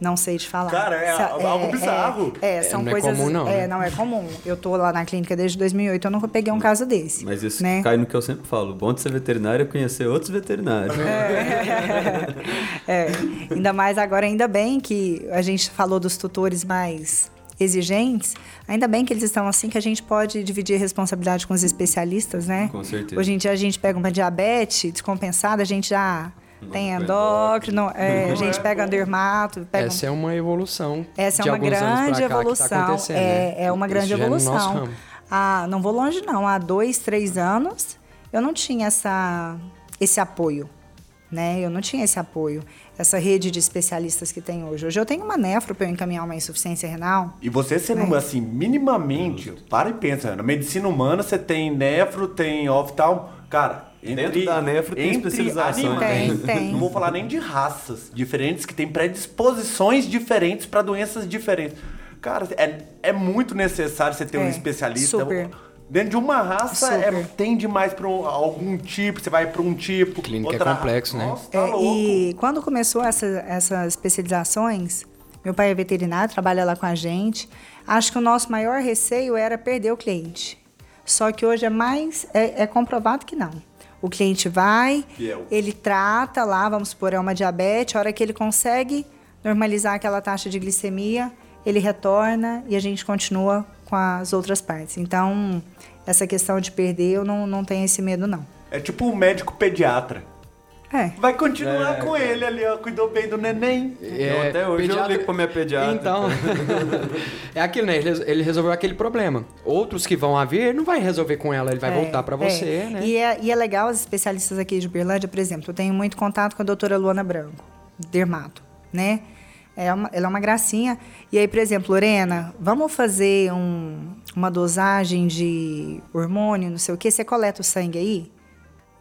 D: não sei te falar.
C: Cara, é
D: Sa-
C: algo bizarro.
D: É, é, são
A: não é
D: coisas...
A: comum, não, né?
D: É, não é comum. Eu tô lá na clínica desde 2008, eu nunca peguei um caso desse,
B: Mas isso
D: né?
B: cai no que eu sempre falo. O bom de ser veterinário é conhecer outros veterinários.
D: É, ainda mais agora, ainda bem que a gente falou dos tutores mais exigentes, ainda bem que eles estão assim que a gente pode dividir a responsabilidade com os especialistas, né?
B: Com certeza.
D: Hoje em dia a gente pega uma diabetes descompensada, a gente já tem
B: com
D: endócrino, é, a gente pega dermato, pega um
A: Essa é uma evolução.
D: essa é
A: de
D: uma
A: alguns anos pra
D: grande
A: cá
D: evolução.
A: Que tá acontecendo,
D: é,
A: né?
D: é uma grande
A: Isso já é no nosso
D: evolução.
A: ramo.
D: Ah, não vou longe, não. Há dois, três anos, eu não tinha essa, esse apoio. Né? Eu não tinha esse apoio, essa rede de especialistas que tem hoje. Hoje eu tenho uma nefro para eu encaminhar uma insuficiência renal.
C: E você sendo assim, minimamente, para e pensa, na medicina humana você tem nefro, tem oftalmo, cara... Entre,
B: Dentro da nefro tem
C: entre
B: especializações.
C: animais,
D: Tem, tem.
C: Não vou falar nem de raças diferentes, que tem predisposições diferentes para doenças diferentes. Cara, é, é muito necessário você ter um
D: É,
C: especialista.
D: super.
C: Dentro de uma raça, é-
D: Super.
C: tem demais para algum tipo, você vai para um tipo.
A: Clínica é
C: outra ra-
A: complexo, né?
C: Nossa, tá
D: É,
C: louco.
D: E quando começou essa- essas especializações, meu pai é veterinário, trabalha lá com a gente. Acho que o nosso maior receio era perder o cliente. Só que hoje é mais é, é comprovado que não. O cliente vai,
C: Fiel.
D: ele trata lá, vamos supor, é uma diabetes, a hora que ele consegue normalizar aquela taxa de glicemia, ele retorna e a gente continua com as outras partes. Então, essa questão de perder, eu não, não tenho esse medo, não.
C: É tipo um médico pediatra.
D: É.
C: Vai continuar com ele ali, ó. Cuidou bem do neném.
B: Eu até hoje eu ligo pra minha pediatra.
A: É Então, é aquilo, né? Ele res- Ele resolveu aquele problema. Outros que vão a vir, ele não vai resolver com ela, ele vai
D: É,
A: voltar pra você,
D: é.
A: né?
D: E é, e é legal as especialistas aqui de Uberlândia, por exemplo, eu tenho muito contato com a doutora Luana Branco, dermato, né? É uma- ela é uma gracinha. E aí, por exemplo, Lorena, vamos fazer um- uma dosagem de hormônio, não sei o quê, você coleta o sangue aí?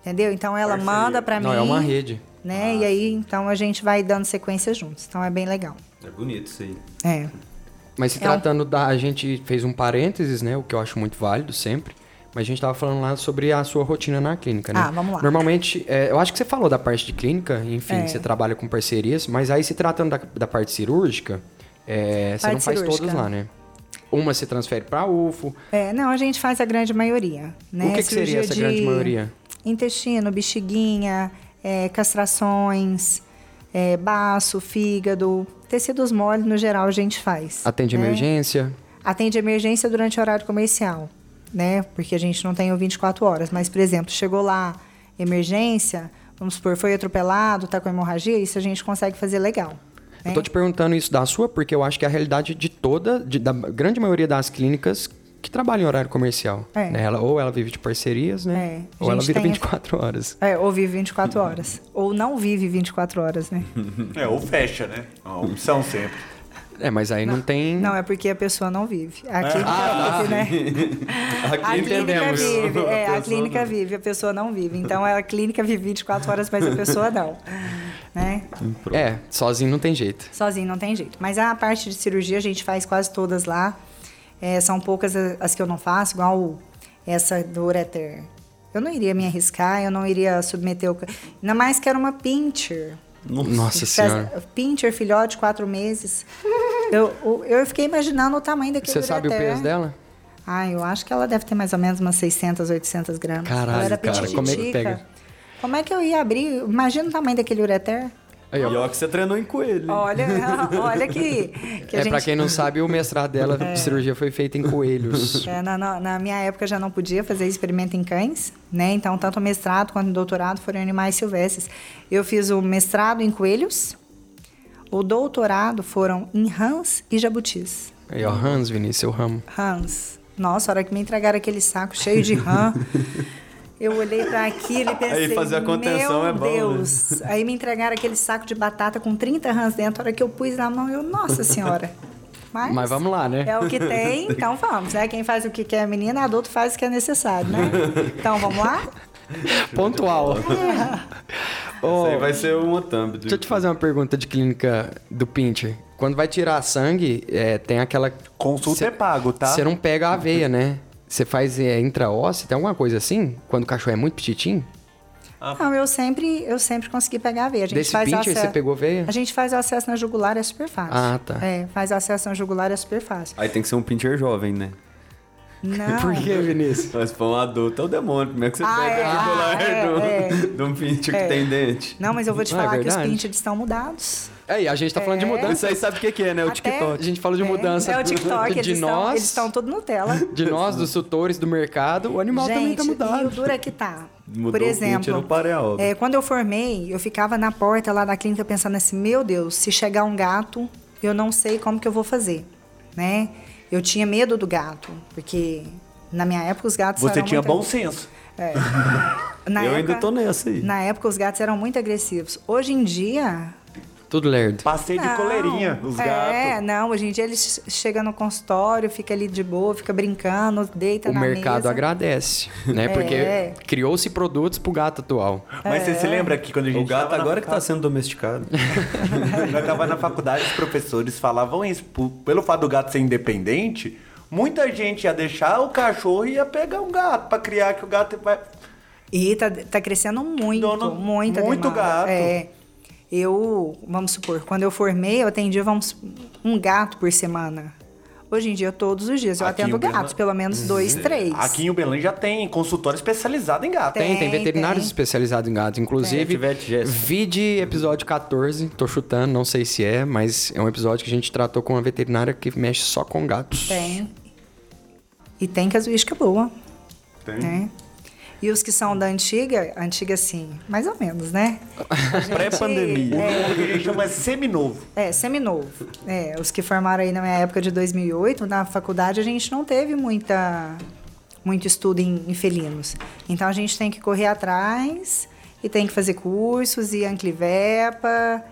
D: Entendeu? Então ela
C: Parceria.
D: manda pra
A: não,
D: mim.
A: é uma rede. Ah,
D: Né? E aí, então a gente vai dando sequência juntos. Então é bem legal.
B: É bonito isso aí.
D: É.
A: Mas se
D: É um-
A: tratando da. A gente fez um parênteses, né? O que eu acho muito válido sempre. Mas a gente tava falando lá sobre a sua rotina na clínica, né?
D: Ah, vamos lá.
A: Normalmente, é, eu acho que você falou da parte de clínica, enfim,
D: É.
A: você trabalha com parcerias, mas aí se tratando da, da parte cirúrgica, é, você
D: Parte
A: não faz
D: cirúrgica.
A: todas lá, né? Uma se transfere pra UFO.
D: É, não, a gente faz a grande maioria, né?
A: O que que seria
D: Cirurgia
A: essa grande maioria?
D: Intestino, bexiguinha, é, castrações, é, baço, fígado, tecidos moles no geral a gente faz.
A: Atende
D: né?
A: emergência.
D: Atende emergência durante horário comercial, né? Porque a gente não tem o 24 horas. Mas, por exemplo, chegou lá emergência, vamos supor, foi atropelado, tá com hemorragia, isso a gente consegue fazer legal. né?
A: Eu tô te perguntando isso da sua, porque eu acho que é a realidade de toda, de- da grande maioria das clínicas que trabalham em horário comercial.
D: É.
A: Né? Ela, ou ela vive de parcerias, né?
D: É, a
A: Ou ela
D: gente
A: vira
D: tem-
A: 24 horas.
D: É, ou vive 24 horas. ou não vive 24 horas, né?
C: É, ou fecha, né? É Uma opção sempre.
A: É, mas aí não, tem.
D: Não, é porque a pessoa não vive. A clínica vive, né?
B: Aqui
D: A clínica
A: entendemos.
D: vive, é, a
B: pessoa
D: clínica
B: não.
D: vive, a pessoa não vive. Então a clínica vive 24 horas, mas a pessoa não. Né?
A: É, sozinho não tem jeito.
D: Sozinho não tem jeito. Mas a parte de cirurgia a gente faz quase todas lá. É, são poucas a- as que eu não faço, igual essa do ureter. Eu não iria me arriscar, eu não iria submeter o. ca- Ainda mais que era uma pincher.
A: Nossa senhora.
D: Fez- Pincher, filhote, quatro meses. Eu, eu- eu fiquei imaginando o tamanho daquele
A: Você sabe o
D: ureter.
A: peso dela?
D: Ah, eu acho que ela deve ter mais ou menos umas 600, 800 gramas.
A: Caralho,
D: ela era
A: cara,
D: pititica.
A: como é que pega?
D: Como é que eu ia abrir? Imagina o tamanho daquele ureter.
A: Aí, ó.
B: E ó que você treinou em coelho. hein?
D: Olha, olha que, que a
A: é,
D: gente...
A: pra quem não sabe, o mestrado dela de cirurgia foi feita em coelhos.
D: É, na, na- na minha época já não podia fazer experimento em cães, né? Então, tanto o mestrado quanto o doutorado foram em animais silvestres. Eu fiz o mestrado em coelhos, o doutorado foram em rãs e jabutis.
A: Aí, ó, Hans, Vinícius, seu ramo.
D: Hans. Nossa, a hora que me entregaram aquele saco cheio de rã, eu olhei para aquilo e pensei,
B: Aí fazer a contenção
D: meu
B: é bom, né?"
D: Deus. Aí me entregaram aquele saco de batata com 30 rãs dentro, a hora que eu pus na mão, eu, nossa senhora. Mas,
A: Mas vamos lá, né?
D: É o que tem, então vamos, né? Quem faz o que quer, menina, adulto faz o que é necessário, né? Então vamos lá?
A: Pontual.
B: Isso
A: Ô,
B: aí vai ser uma thumb. Do...
A: Deixa eu te fazer uma pergunta de clínica do Pinter. Quando vai tirar sangue, é, tem aquela.
C: Consulta
A: Cê-
C: é pago, tá?
A: Você não pega a veia, né? Você faz é, intraóssea, tem alguma coisa assim? Quando o cachorro é muito petitinho?
D: Não, eu sempre, eu sempre consegui pegar a veia. A gente
A: Desse
D: faz
A: pinch aí
D: acesso-
A: você pegou veia?
D: A gente faz o acesso na jugular, é super fácil.
A: Ah, tá.
D: É, faz o acesso na jugular, é super fácil.
B: Aí tem que ser um pincher jovem, né?
D: Não.
A: Por que, Vinícius?
B: Mas se for um adulto, é o demônio. Como é que você
D: Ah,
B: pega
D: é,
B: a jugular
D: ah,
B: do-
D: é, é.
B: de um pincher
D: É.
B: que tem dente?
D: Não, mas eu vou te
A: Ah, é
D: falar que os
A: verdade.
D: pinches estão mudados.
A: Aí, a gente tá falando de
D: É.
A: mudança.
B: Isso aí sabe o que que é, né? O
D: Até-
A: A
B: TikTok.
A: gente falou de
D: É.
A: mudança
D: É o TikTok,
A: de
D: eles estão,
A: nós,
D: eles estão tudo Nutella.
A: de nós, dos tutores, do mercado. O animal também
D: Gente,
A: tá
D: e o
A: mudado.
D: dura que tá.
B: Mudou
D: Por
B: o pinch,
D: exemplo,
B: não parei a obra.
D: é, quando eu formei, eu ficava na porta lá da clínica pensando assim, meu Deus, se chegar um gato, eu não sei como que eu vou fazer, né? Eu tinha medo do gato, porque na minha época os gatos
C: Você
D: eram
C: tinha
D: muito-
C: bom senso.
D: É. Na
B: Eu
D: época-
B: ainda tô nessa aí.
D: Na época os gatos eram muito agressivos. Hoje em dia,
A: Tudo
D: Tá
A: lerdo.
C: Passei de
D: não.
C: coleirinha, os
D: É,
C: gatos.
D: não, hoje em dia eles chegam no consultório, fica ali de boa, fica brincando, deita
A: O
D: na
A: mercado
D: mesa.
A: agradece, né?
D: É.
A: Porque criou-se produtos pro gato atual.
C: Mas você se lembra que quando a gente
B: O gato
C: tava na
B: agora que tá assim. sendo domesticado.
C: Quando eu estava na faculdade, os professores falavam isso. P- Pelo fato do gato ser independente, muita gente ia deixar o cachorro e ia pegar um gato pra criar, que o gato vai.
D: E tá, tá crescendo muito,
C: Dono-
D: muita
C: muito
D: demanda.
C: gato.
D: É. Eu, vamos supor, quando eu formei, eu atendia vamos, su- um gato por semana. Hoje em dia, todos os dias, eu
C: Aqui em
D: atendo
C: Uberlândia-
D: gatos, pelo menos dois, três.
C: Aqui em Uberlândia já tem consultório especializado em gato.
A: Tem, tem
D: Tem,
A: veterinários
D: tem.
A: especializados em gato. Inclusive,
B: Tem. Tivete Jéssica.
A: vi de episódio 14, tô chutando, não sei se é, mas é um episódio que a gente tratou com uma veterinária que mexe só com gatos.
D: Tem. E tem casuística é boa,
C: Tem.
D: né? E os que são da antiga, antiga sim, mais ou menos, né? A gente-
B: Pré-pandemia.
D: É,
C: O que a gente chama é seminovo.
D: É, seminovo. É, os que formaram aí na minha época de 2008, na faculdade a gente não teve muita, muito estudo em, em felinos. Então a gente tem que correr atrás e tem que fazer cursos e anclivepa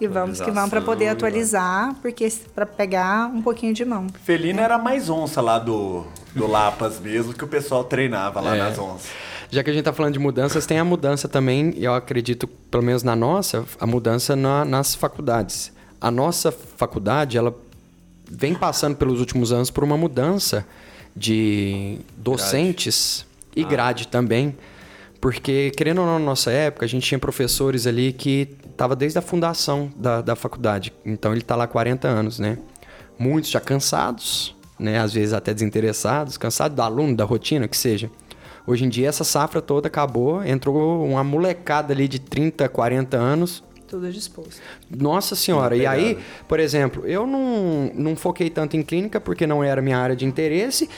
D: e vamos que vamos para poder atualizar, porque para pegar um pouquinho de mão.
C: Felino era mais onça lá do, do Lapas mesmo, que o pessoal treinava lá
A: É.
C: nas onças.
A: Já que a gente tá falando de mudanças, tem a mudança também, e eu acredito, pelo menos na nossa, a mudança na- nas faculdades. A nossa faculdade, ela vem passando pelos últimos anos por uma mudança de docentes e grade também. Porque, querendo ou não, na nossa época, a gente tinha professores ali que tava desde a fundação da, da faculdade. Então, ele tá lá há 40 anos, né? Muitos já cansados, né? Às vezes até desinteressados, cansados do aluno, da rotina, que seja. Hoje em dia, essa safra toda acabou, entrou uma molecada ali de 30, 40 anos
D: Tudo disposto.
A: nossa senhora, e aí, por exemplo, eu não, não foquei tanto em clínica porque não era minha área de interesse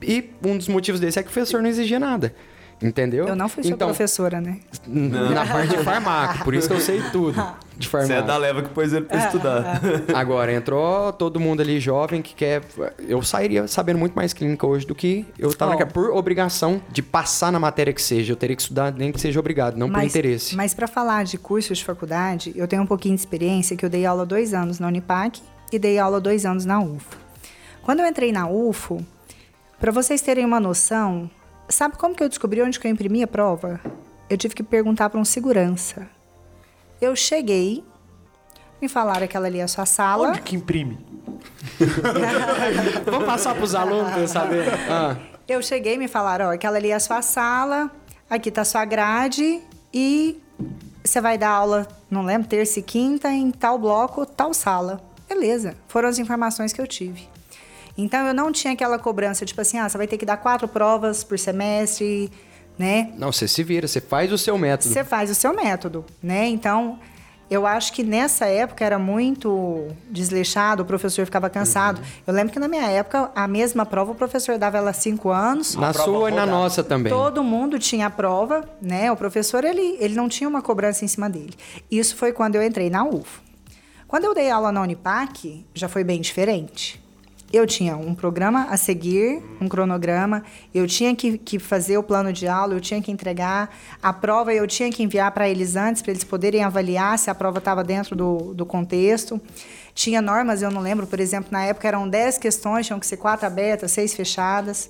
A: e um dos motivos desse é que o professor não exigia nada. Entendeu?
D: Eu não fui sua
A: então,
D: professora, né?
A: Na parte de farmácia, por isso que eu sei tudo de
B: Você é
A: farmácia.
B: da leva que pôs ele
D: É,
B: pra estudar.
A: Agora, entrou todo mundo ali jovem que quer. Eu sairia sabendo muito mais clínica hoje do que eu tava
D: Ó.
A: naquela- por obrigação de passar na matéria que seja. Eu teria que estudar, nem que seja obrigado, não por interesse.
D: Mas para falar de cursos de faculdade, eu tenho um pouquinho de experiência que eu dei aula dois anos na Unipac e dei aula dois anos na UFO. Quando eu entrei na UFO, para vocês terem uma noção, sabe como que eu descobri onde que eu imprimi a prova? Eu tive que perguntar para um segurança. Eu cheguei, me falaram aquela ali é a sua sala.
C: Onde que imprime?
A: Vamos passar pros alunos pra eu saber. Ah,
D: Eu cheguei e me falaram, ó, aquela ali é a sua sala, aqui tá a sua grade e você vai dar aula, não lembro, terça e quinta em tal bloco, tal sala. Beleza, foram as informações que eu tive. Então eu não tinha aquela cobrança, tipo assim, ah, você vai ter que dar quatro provas por semestre, né?
A: não, você se vira, você faz o seu método.
D: Você faz o seu método, né? Então, eu acho que nessa época era muito desleixado, o professor ficava cansado. Eu lembro que na minha época, a mesma prova, o professor dava ela cinco anos.
A: Na
C: prova
A: sua e na
C: rodada.
A: nossa também.
D: Todo mundo tinha a prova, né? O professor, ele, ele não tinha uma cobrança em cima dele. Isso foi quando eu entrei na UFO. Quando eu dei aula na Unipac, já foi bem diferente. eu tinha um programa a seguir, um cronograma, eu tinha que, que fazer o plano de aula, eu tinha que entregar a prova, eu tinha que enviar para eles antes, para eles poderem avaliar se a prova estava dentro do, do contexto. Tinha normas, eu não lembro, por exemplo, na época eram 10 questões, tinham que ser quatro abertas, seis fechadas.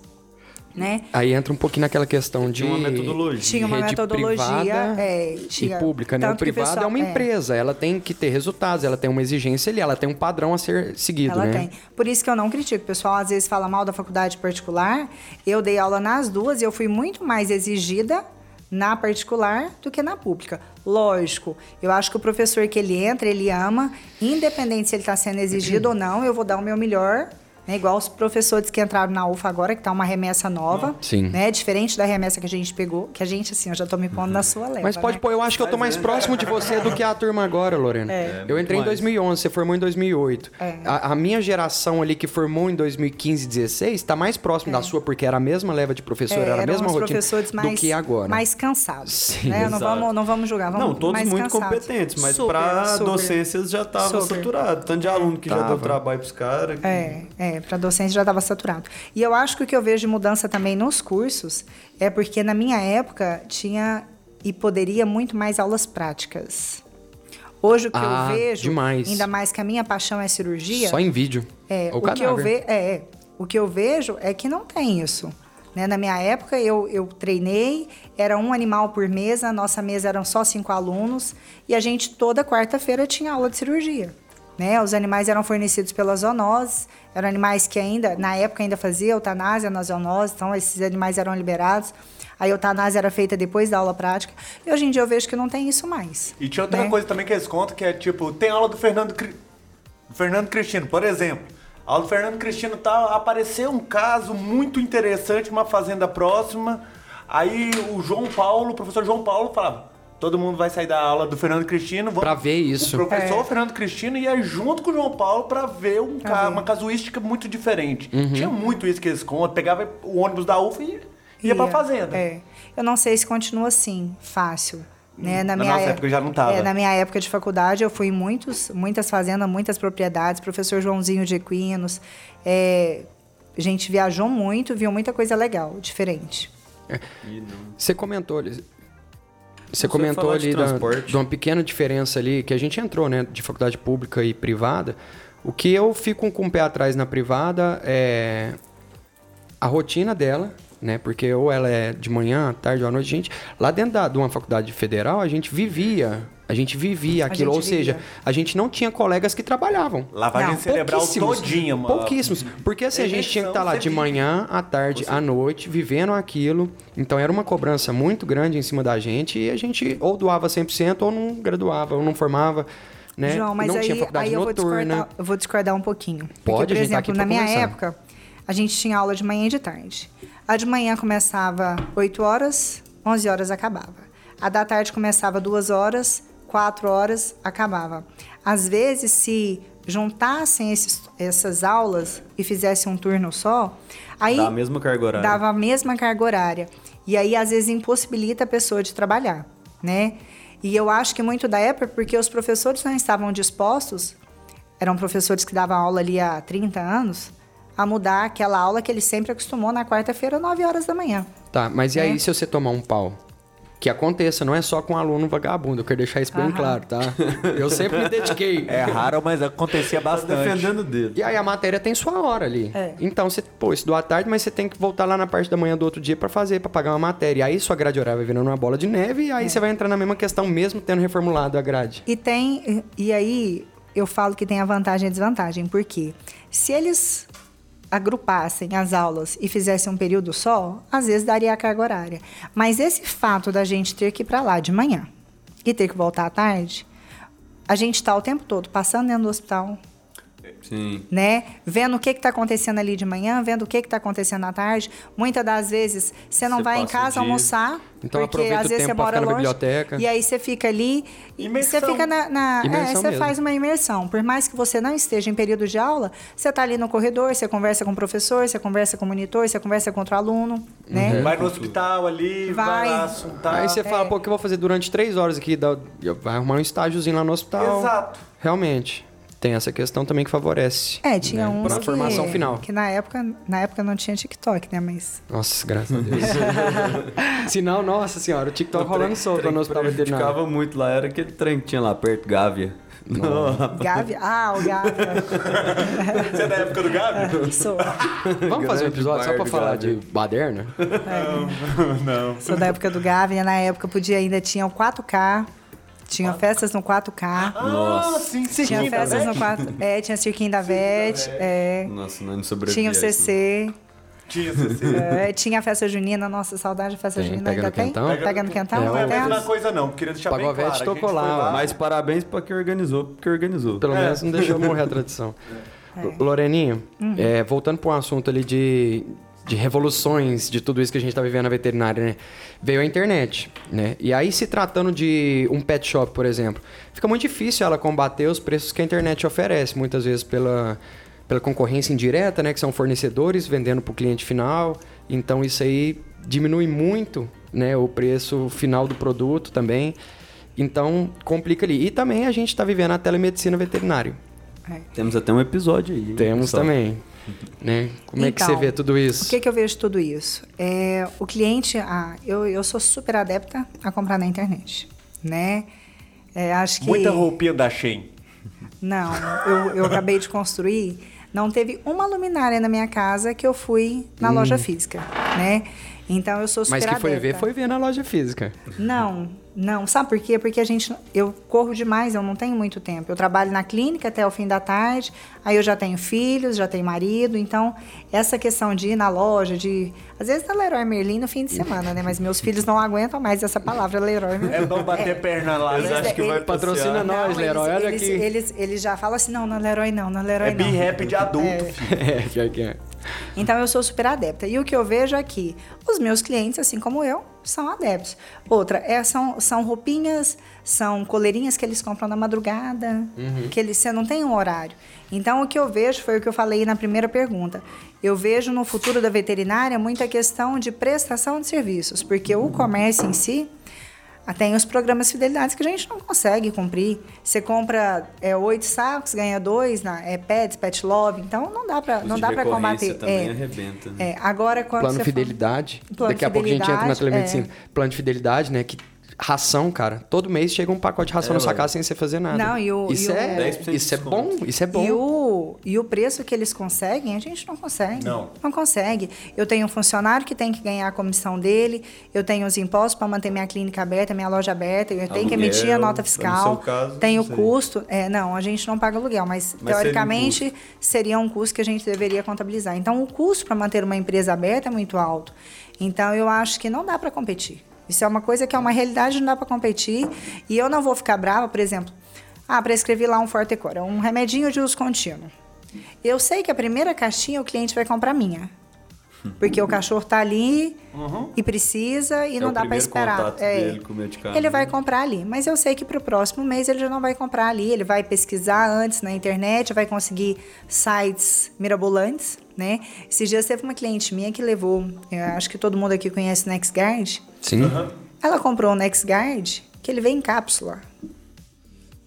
D: Né?
A: Aí entra um pouquinho naquela questão de.
B: Tinha uma metodologia.
D: Tinha uma
A: rede
D: metodologia,
A: privada
D: é, tinha-
A: e pública, né? O
D: tanto que o
A: privado é
D: pessoal-
A: uma
D: é.
A: empresa, ela tem que ter resultados, ela tem uma exigência ali, ela tem um padrão a ser seguido,
D: Ela
A: né?
D: tem. Por isso que eu não critico. O pessoal às vezes fala mal da faculdade particular. Eu dei aula nas duas e eu fui muito mais exigida na particular do que na pública. Lógico, eu acho que o professor que ele entra, ele ama, independente se ele está sendo exigido ou não, eu vou dar o meu melhor. né? igual os professores que entraram na UFA agora, que tá uma remessa nova.
A: Sim.
D: Né? Diferente da remessa que a gente pegou, que a gente, assim, eu já tô me pondo na sua leva.
A: Mas pode
D: né?
A: pôr, eu acho que eu tô
B: é.
A: mais próximo de você do que a turma agora, Lorena.
D: É.
A: Eu entrei em 2011, você formou em 2008. A, a minha geração ali que formou em 2015, 16, tá mais próximo da sua, porque era a mesma leva de professor, era a
D: É. eram
A: mesma
D: os
A: rotina
D: professores
A: do
D: mais,
A: que agora.
D: mais cansados.
A: Sim,
D: né? não,
B: exato.
D: vamos, não vamos julgar. Vamos
B: Não, todos
D: mais
B: muito
D: cansados.
B: competentes, mas
D: Super,
B: para
D: super.
B: docências já estava
D: Super.
B: saturado. Tanto de aluno que já deu
A: É. Tava.
B: trabalho pros caras. que-
D: É, é para docência já estava saturado. E eu acho que o que eu vejo de mudança também nos cursos é porque na minha época tinha e poderia muito mais aulas práticas. Hoje o que
A: Ah,
D: eu vejo,
A: demais.
D: ainda mais que a minha paixão é cirurgia,
A: Só em vídeo.
D: É,
A: Ou
D: o que eu
A: cadáver.
D: ve- é, é. o que eu vejo é que não tem isso. né? Na minha época, eu, eu treinei, era um animal por mesa, nossa mesa eram só cinco alunos, e a gente toda quarta-feira tinha aula de cirurgia. Né? Os animais eram fornecidos pelas zoonoses, eram animais que ainda, na época, ainda fazia eutanásia nas zoonoses, então esses animais eram liberados. A eutanásia era feita depois da aula prática. E hoje em dia eu vejo que não tem isso mais.
C: E tinha outra
D: né?
C: coisa também que eles contam, que é tipo, tem aula do Fernando, Cri- do Fernando Cristino, por exemplo. A aula do Fernando Cristino tá, apareceu um caso muito interessante, uma fazenda próxima. Aí o João Paulo, o professor João Paulo falava, todo mundo vai sair da aula do Fernando Cristino. Vamos...
A: Pra ver isso.
C: O professor Fernando Cristino ia junto com o João Paulo É. pra ver um ca- uma casuística muito diferente.
A: Uhum.
C: Tinha muito isso que eles contam. Pegava o ônibus da UFA e ia pra fazenda.
D: É. Eu não sei se continua assim, fácil. Né? Na,
C: Hum. na
D: minha
C: nossa época já não tava.
D: É, na minha época de faculdade, eu fui em muitos, muitas fazendas, muitas propriedades, professor Joãozinho de Equinos. é, a gente viajou muito, viu muita coisa legal, diferente.
A: Você comentou ali. Você comentou
B: falar de
A: ali da,
B: transporte.
A: de uma pequena diferença ali, que a gente entrou, né, de faculdade pública e privada. O que eu fico com o pé atrás na privada é a rotina dela, né? Porque ou ela é de manhã, à tarde ou à noite, gente. Lá dentro da, de uma faculdade federal, a gente vivia. A gente vivia aquilo.
D: gente
A: ou seja,
D: vivia.
A: a gente não tinha colegas que trabalhavam.
C: Lavagem
D: Não,
C: cerebral
A: Pouquíssimos.
C: todinha, mano.
A: Pouquíssimos. Porque assim, a gente tinha que estar lá de
C: Rejeição, você
A: manhã, à tarde, à noite, vivendo aquilo. Então era uma cobrança muito grande em cima da gente e a gente ou doava 100% ou não graduava, ou não formava, né?
D: João, mas
A: não
D: aí,
A: tinha faculdade
D: aí eu, vou
A: noturna.
D: discordar, eu vou discordar um pouquinho.
A: Pode,
D: Porque,
A: a
D: por
A: gente tá
D: exemplo,
A: aqui pra
D: na minha
A: conversar.
D: época, a gente tinha aula de manhã e de tarde. A de manhã começava 8 horas, 11 horas acabava. A da tarde começava 2 horas, 4 horas acabava. Às vezes, se juntassem esses- essas aulas e fizessem um turno só, aí
B: Dá a mesma carga horária.
D: dava a mesma carga horária. E aí, às vezes, impossibilita a pessoa de trabalhar, né? E eu acho que muito da época, porque os professores não estavam dispostos, eram professores que davam aula ali há 30 anos, a mudar aquela aula que ele sempre acostumou na quarta-feira, 9 horas da manhã.
A: Tá, mas
D: Né?
A: e aí se você tomar um pau? Que aconteça, não é só com aluno vagabundo, eu quero deixar isso bem claro, tá? Eu sempre me dediquei.
C: É raro, mas acontecia bastante.
B: Defendendo o dedo.
A: E aí a matéria tem sua hora ali.
D: É.
A: Então você, pô, estudou à tarde, mas você tem que voltar lá na parte da manhã do outro dia pra fazer, pra pagar uma matéria. E aí sua grade horária vai virando uma bola de neve e aí
D: É.
A: você vai entrar na mesma questão mesmo tendo reformulado a grade.
D: E tem. E aí eu falo que tem a vantagem e a desvantagem, porque se eles agrupassem as aulas e fizessem um período só, às vezes daria a carga horária. Mas esse fato da gente ter que ir para lá de manhã e ter que voltar à tarde, a gente está o tempo todo passando dentro do hospital,
B: Sim.
D: né? Vendo o que está acontecendo ali de manhã, vendo o que está acontecendo à tarde. Muitas das vezes você não
B: Você
D: vai em
B: passa o
D: casa
B: dia.
D: almoçar,
A: Então,
D: porque
A: aproveita
D: às
A: o
D: vezes você
A: tempo pra
D: mora
A: ficar na
D: longe.
A: biblioteca.
D: E aí você fica ali e você
C: Imersão.
D: fica na, na- é,
A: Imersão
D: você
A: mesmo.
D: faz uma imersão. Por mais que você não esteja em período de aula, você está ali no corredor, você conversa com o professor, você conversa com o monitor, você conversa com outro aluno,
A: Uhum.
D: né?
C: Vai no hospital ali, vai,
D: Vai.
C: lá assuntar.
A: Aí você
D: É.
A: fala, pô, o que eu vou fazer durante três horas aqui? Dá- Vai arrumar um estágiozinho lá no hospital.
C: Exato.
A: Realmente. Tem essa questão também que favorece.
D: É,
A: né,
D: tinha uns
A: Pra
D: que,
A: formação final.
D: que na época, na época não tinha TikTok, né? Mas
A: Nossa, graças a Deus. Sinal, nossa senhora, o TikTok rolando solto no hospital veterinário.
B: ficava muito lá, era aquele trem que tinha lá perto, Gávea. Não.
D: Gavi, ah, o Gavi,
C: Você é da época do Gabi?
D: sou, É,
A: Vamos fazer um
B: Grande
A: episódio só
B: bar
A: pra
B: do
A: falar de
B: Gávea.
A: baderna?
C: Não.
D: sou da época do Gavi, né? na época podia ainda tinha o 4K, tinha festas no 4K,
C: Ah, sim, sim.
D: tinha
C: sim,
D: festas
C: tá
D: no
C: vendo?
D: 4K, é, tinha cirquinho da Vete, é,
B: Nossa, não, não sobrevivia.
D: tinha
A: um
D: o
B: isso.
D: CC,
C: Tinha, sim, sim.
D: é, tinha a festa junina, nossa, saudade da festa
A: Tem,
D: junina,
A: pega
D: ainda
A: no
D: tem?
A: quentão?
D: Pega no quentão?
C: Não é a
D: até
C: mesma coisa, não. Queria deixar bem claro.
A: Pagovete
C: a gente
A: tocou lá,
C: foi
A: ó,
B: Mas parabéns pra quem organizou, porque organizou.
A: Pelo menos não deixou morrer a tradição. L- Loreninho, é, voltando para um assunto ali de, de revoluções, de tudo isso que a gente tá vivendo na veterinária, né? Veio a internet, né? E aí, se tratando de um pet shop, por exemplo, fica muito difícil ela combater os preços que a internet oferece, muitas vezes pela, pela concorrência indireta, né? Que são fornecedores vendendo para o cliente final. Então, isso aí diminui muito né, o preço final do produto também. Então, complica ali. E também a gente está vivendo a telemedicina veterinária.
D: É.
B: Temos até um episódio aí. hein,
A: Temos
B: pessoal?
A: também. Né? Como é que
D: Então,
A: você vê tudo isso?
D: O que, que eu vejo de tudo isso? É, o cliente, ah, eu, eu sou super adepta a comprar na internet, né? É, acho que
C: Muita roupinha da Shein.
D: não, eu, eu acabei de construir. Não teve uma luminária na minha casa que eu fui na loja física, né? Então eu sou
A: Hum.
D: super
A: Mas que foi
D: adepta.
A: ver, foi ver na loja física.
D: Não, não. Sabe por quê? Porque a gente. Eu corro demais, eu não tenho muito tempo. Eu trabalho na clínica até o fim da tarde, aí eu já tenho filhos, já tenho marido. Então, essa questão de ir na loja, de. Às vezes na Leroy Merlin no fim de semana, né? Mas meus filhos não aguentam mais essa palavra, Leroy Merlin.
C: É bom bater perna lá. né?
B: Eles
D: Mas
B: acham que
D: ele-
B: vai
A: é, Patrocina
B: patrocinar.
A: nós,
D: eles-
A: Leroy, olha
D: eles,
A: aqui.
D: Eles, eles já falam assim: não, na Leroy não, na Leroy
C: É
D: não.
C: bem rap de adulto.
D: É.
A: é, pior que é.
D: Então eu sou super adepta. E o que eu vejo é que os meus clientes, assim como eu, são adeptos. Outra, é, são, são roupinhas, são coleirinhas que eles compram na madrugada, que eles você não tem um horário. Então o que eu vejo foi o que eu falei na primeira pergunta. Eu vejo no futuro da veterinária muita questão de prestação de serviços, porque o comércio em si ah, Tem os programas fidelidades que a gente não consegue cumprir. Você compra é, oito sacos, ganha dois, na, é pets, pet love. Então não dá para
B: Os
D: não
B: de
D: dá para
B: recorrência
D: combater.
B: também
D: é,
B: arrebenta, né?
D: é, agora quando
A: Plano
D: você
A: Fidelidade.
D: Plano
A: Daqui a pouco a gente entra na
D: Fidelidade, é.
A: telemedicina. Plano de Fidelidade, né? Que ração, cara. Todo mês chega um pacote de ração
B: É,
A: na sua
B: ué.
A: casa sem você fazer nada.
D: Não, e o-
A: Isso
D: e o-
A: é,
B: 10% de
A: isso é bom,
B: desconto.
A: isso é bom.
D: E o, e o preço que eles conseguem, a gente não consegue.
C: Não.
D: consegue. Eu tenho um funcionário que tem que ganhar a comissão dele, eu tenho os impostos para manter minha clínica aberta, minha loja aberta, eu tenho que
B: Aluguel,
D: emitir a nota fiscal.
B: no seu caso,
D: tenho o
B: não sei.
D: custo. É, não, a gente não paga aluguel, mas,
B: Mas
D: teoricamente seria um, custo que a gente deveria contabilizar. Então, o custo para manter uma empresa aberta é muito alto. Então, eu acho que não dá para competir. Isso é uma coisa que é uma realidade, não dá para competir. E eu não vou ficar brava, por exemplo. Ah, prescrevi lá um Fortecor, é um remedinho de uso contínuo. Eu sei que a primeira caixinha o cliente vai comprar minha. Porque o cachorro tá ali e precisa e
B: Uhum. É
D: não
B: o
D: dá para
B: primeiro
D: esperar. É.
B: contato dele com o medicamento.
D: ele vai comprar ali, mas eu sei que para o próximo mês ele já não vai comprar ali, ele vai pesquisar antes na internet, vai conseguir sites mirabolantes, né? Esses dias teve uma cliente minha que levou, eu acho que todo mundo aqui conhece o NextGuard,
A: Sim.
D: ela comprou o NextGuard, que ele vem em cápsula.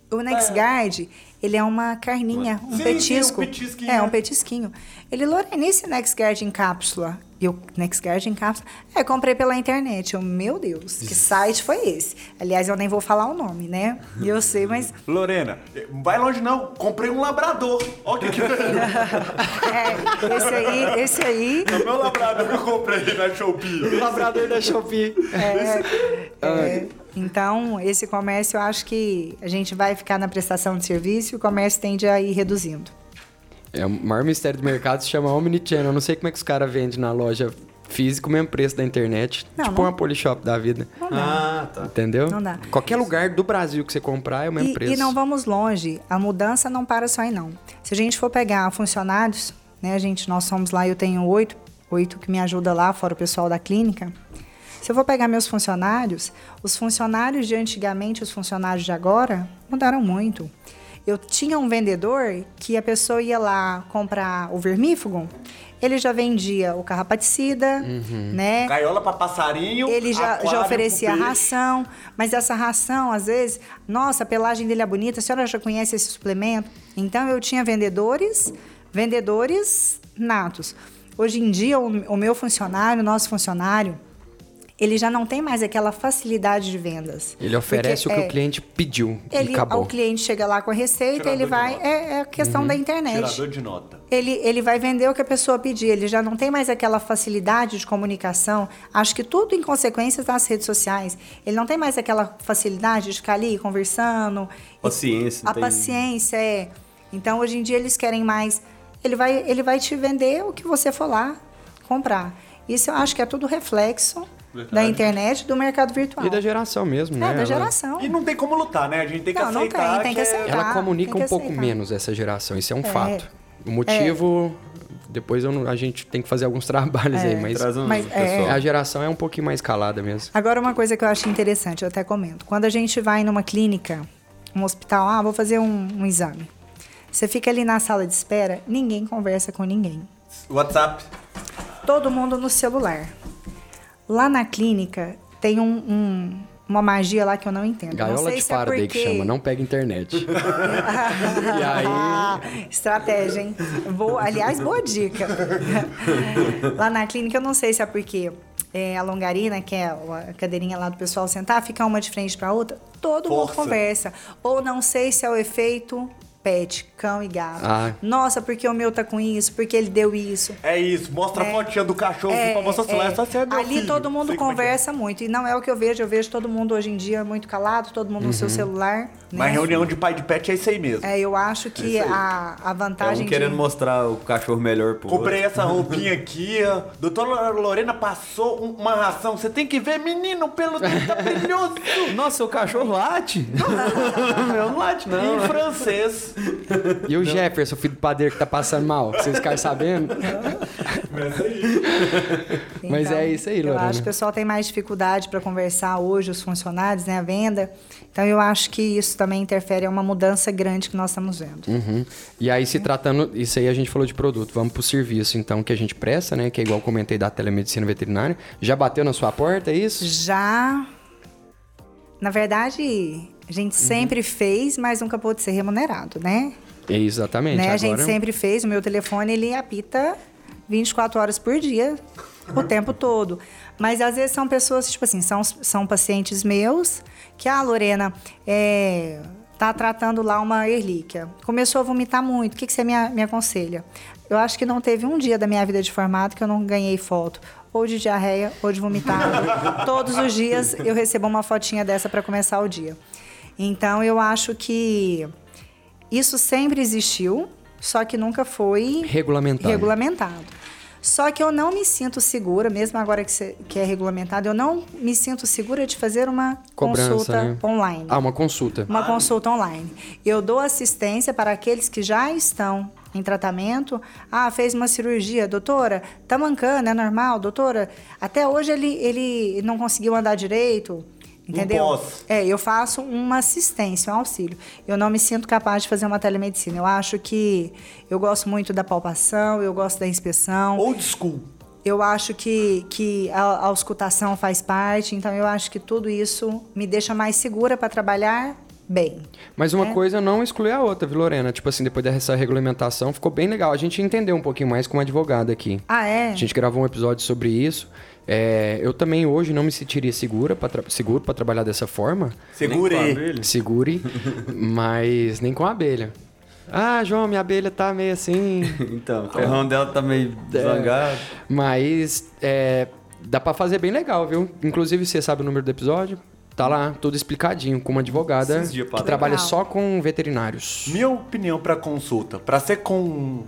D: O NextGuard, ele é uma carninha, um
C: Sim, sim, um
D: petisco.
C: petisquinho,
D: é, um
C: né?
D: petisquinho. Ele, Lorena, e esse NextGuard em cápsula? E o NextGuard em cápsula? É, comprei pela internet. Eu, meu Deus, que site foi esse? Aliás, eu nem vou falar o nome, né? E Eu sei, mas...
C: Lorena, vai longe não. Comprei um labrador. Olha o que que
D: É, esse aí, esse aí...
C: É o meu labrador que eu comprei na Shopee.
A: Labrador da Shopee.
D: É, então, esse comércio, eu acho que a gente vai ficar na prestação de serviço e o comércio tende a ir reduzindo.
A: É, o maior mistério do mercado se chama Omnichannel. Eu não sei como é que os caras vendem na loja física o mesmo preço da internet.
D: Não,
A: tipo
D: não-
A: uma Polishop da vida.
B: Ah, tá.
A: Entendeu?
D: Não dá.
A: Qualquer lugar do Brasil que você comprar é o mesmo
D: E,
A: preço.
D: e não vamos longe, a mudança não para só aí não. Se a gente for pegar funcionários, né, gente, nós somos lá, eu tenho oito, oito que me ajudam lá, fora o pessoal da clínica. Se eu for pegar meus funcionários, os funcionários de antigamente, os funcionários de agora, mudaram muito. Eu tinha um vendedor que a pessoa ia lá comprar o vermífugo, Ele já vendia o carrapaticida, né?
C: Gaiola pra passarinho.
D: Ele já,
C: aquário
D: já
C: pro
D: oferecia
C: peixe.
D: ração, mas essa ração, às vezes, nossa, a pelagem dele é bonita, a senhora já conhece esse suplemento? Então eu tinha vendedores, vendedores natos. Hoje em dia, o, o meu funcionário, o nosso funcionário, ele já não tem mais aquela facilidade de vendas.
A: Ele oferece
D: Porque,
A: o que
D: é,
A: o cliente pediu e
D: Ele,
A: acabou.
D: o cliente chega lá com a receita,
C: Tirador
D: ele
C: de
D: vai.
C: nota.
D: É, é a questão da internet
C: Tirador de nota.
D: ele, ele vai vender o que a pessoa pedir, ele já não tem mais aquela facilidade de comunicação. Acho que tudo em consequência das redes sociais. Ele não tem mais aquela facilidade de ficar ali conversando.
B: Paciência,
D: A
B: tem-
D: paciência, é. Então, hoje em dia, eles querem mais. Ele vai, ele vai te vender o que você for lá comprar. Isso eu acho que é tudo reflexo
C: Verdade.
D: da internet, do mercado virtual.
A: E da geração mesmo, né?
D: É, da
A: Ela-
D: geração.
C: E não tem como lutar, né? A gente tem que
D: Não, não
C: aceitar.
D: tem, tem que
C: é-
D: aceitar.
A: Ela
D: Tá,
A: comunica
D: tem
A: um
D: que
A: pouco
D: aceitar.
A: menos essa geração, isso é um
D: É.
A: fato. O motivo, depois eu não- a gente tem que fazer alguns trabalhos aí, mas
B: Traz um
D: Mas, é.
B: pessoal.
A: a geração é um pouquinho mais calada mesmo.
D: Agora, uma coisa que eu acho interessante, eu até comento. Quando a gente vai numa clínica, um hospital, ah, vou fazer um, um exame. Você fica ali na sala de espera, ninguém conversa com ninguém.
C: WhatsApp.
D: Todo mundo no celular. Lá na clínica, tem um- um- uma magia lá que eu não entendo. não
A: Gaiola
D: sei
A: de
D: se é
A: Faraday que
D: porque-
A: chama, não pega internet. E aí-
D: Estratégia, hein? Boa, aliás, boa dica. lá na clínica, eu não sei se é porque é, a longarina, que é a cadeirinha lá do pessoal sentar, fica uma de frente pra outra, todo mundo
C: Força.
D: conversa. Ou não sei se é o efeito pet, cão e gato.
A: Ah.
D: Nossa, porque o meu tá com isso, porque ele deu isso.
C: É isso, mostra a fotinha do cachorro
D: É,
C: pra mostrar o celular,
D: é.
C: só você é meu
D: Ali
C: filho.
D: todo mundo
C: Sei como é que é.
D: conversa muito. E não é o que eu vejo. Eu vejo todo mundo hoje em dia muito calado, todo mundo no
C: Uhum.
D: seu celular. né?
C: Mas reunião de pai de pet é isso aí mesmo.
D: É, eu acho que a, a
B: É
D: vantagem
B: um querendo
D: de...
B: mostrar o cachorro melhor pro
C: Comprei
B: outro.
C: essa roupinha aqui, ó. doutora Lorena passou um- uma ração. Você tem que ver, menino, pelo dele tá brilhoso.
B: Nossa, seu cachorro late. Meu não late, não.
C: Em francês.
A: E o Jefferson, filho do padeiro que tá passando mal, vocês ficarem sabendo?
D: Uhum.
A: Mas é isso aí,
D: Então, Eu
A: Lorena.
D: acho que o pessoal tem mais dificuldade para conversar hoje, os funcionários, né, a venda. Então eu acho que isso também interfere, é uma mudança grande que nós estamos vendo.
A: Uhum. E aí, se tratando, isso aí a gente falou de produto, vamos pro serviço então que a gente presta, né? Que é igual eu comentei da telemedicina veterinária. Já bateu na sua porta, é isso?
D: Já, na verdade, a gente
A: Uhum.
D: sempre fez, mas nunca pôde ser remunerado, né?
A: É, Exatamente.
D: né?
A: Agora,
D: A gente sempre fez, o meu telefone ele apita 24 horas por dia, o tempo todo. Mas às vezes são pessoas, tipo assim, são, são pacientes meus que, ah, Lorena, é, tá tratando lá uma erlíquia. Começou a vomitar muito, o que, que você me, a- me aconselha? Eu acho que não teve um dia da minha vida de formato que eu não ganhei foto. Ou de diarreia, ou de vomitar. Todos os dias eu recebo uma fotinha dessa para começar o dia. Então eu acho que isso sempre existiu, só que nunca foi
A: Regulamentado.
D: regulamentado. Só que eu não me sinto segura, mesmo agora que, cê- que é regulamentado, eu não me sinto segura de fazer uma
A: Cobrança,
D: consulta
A: né?
D: online. Hum.
A: Ah, uma consulta.
D: Uma consulta online. Eu dou assistência para aqueles que já estão em tratamento. Ah, fez uma cirurgia, doutora, tá mancando, é normal, doutora? Até hoje ele, ele não conseguiu andar direito, entendeu?
C: posso.
D: É, eu faço uma assistência, um auxílio. Eu não me sinto capaz de fazer uma telemedicina. Eu acho que eu gosto muito da palpação, eu gosto da inspeção.
C: Old school.
D: Eu acho que, que a, a auscultação faz parte, então eu acho que tudo isso me deixa mais segura para trabalhar bem.
A: Mas
D: É.
A: uma coisa é não exclui a outra, viu, Lorena? Tipo assim, depois dessa regulamentação, ficou bem legal. A gente entendeu um pouquinho mais como advogada aqui.
D: Ah, é?
A: A gente gravou um episódio sobre isso. É, eu também hoje não me sentiria segura pra tra- seguro para trabalhar dessa forma.
C: Segurei.
A: Segure, mas nem com a abelha. Ah, João, minha abelha tá meio assim.
B: Então, o ferrão dela tá meio
A: É.
B: zangado.
A: Mas é, dá pra fazer bem legal, viu? Inclusive, você sabe o número do episódio? Tá lá, tudo explicadinho, com uma advogada
B: Esses dias pra
A: que trabalha
D: trás.
A: só com veterinários.
C: Minha opinião pra consulta, pra ser com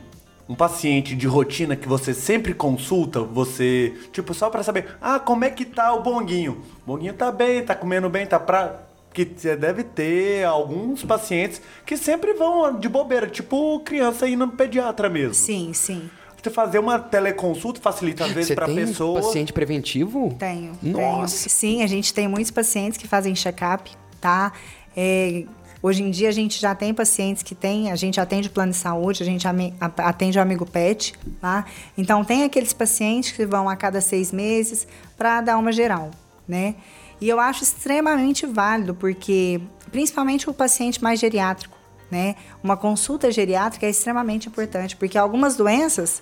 C: um paciente de rotina que você sempre consulta, você, tipo, só pra saber, ah, como é que tá o Bonguinho? O Bonguinho tá bem, tá comendo bem, tá pra que você deve ter alguns pacientes que sempre vão de bobeira, tipo criança indo no pediatra mesmo.
D: Sim, sim.
C: Você fazer uma teleconsulta facilita às vezes
A: Você
C: pra
A: tem
C: pessoa.
A: paciente preventivo?
D: Tenho.
A: Nossa!
D: Tenho. Sim, a gente tem muitos pacientes que fazem check-up, tá? É, Hoje em dia a gente já tem pacientes que tem, a gente atende plano de saúde, a gente ame- a- atende o amigo pet, tá? Então tem aqueles pacientes que vão a cada seis meses para dar uma geral, né? E eu acho extremamente válido, porque principalmente o paciente mais geriátrico, né? Uma consulta geriátrica é extremamente importante, porque algumas doenças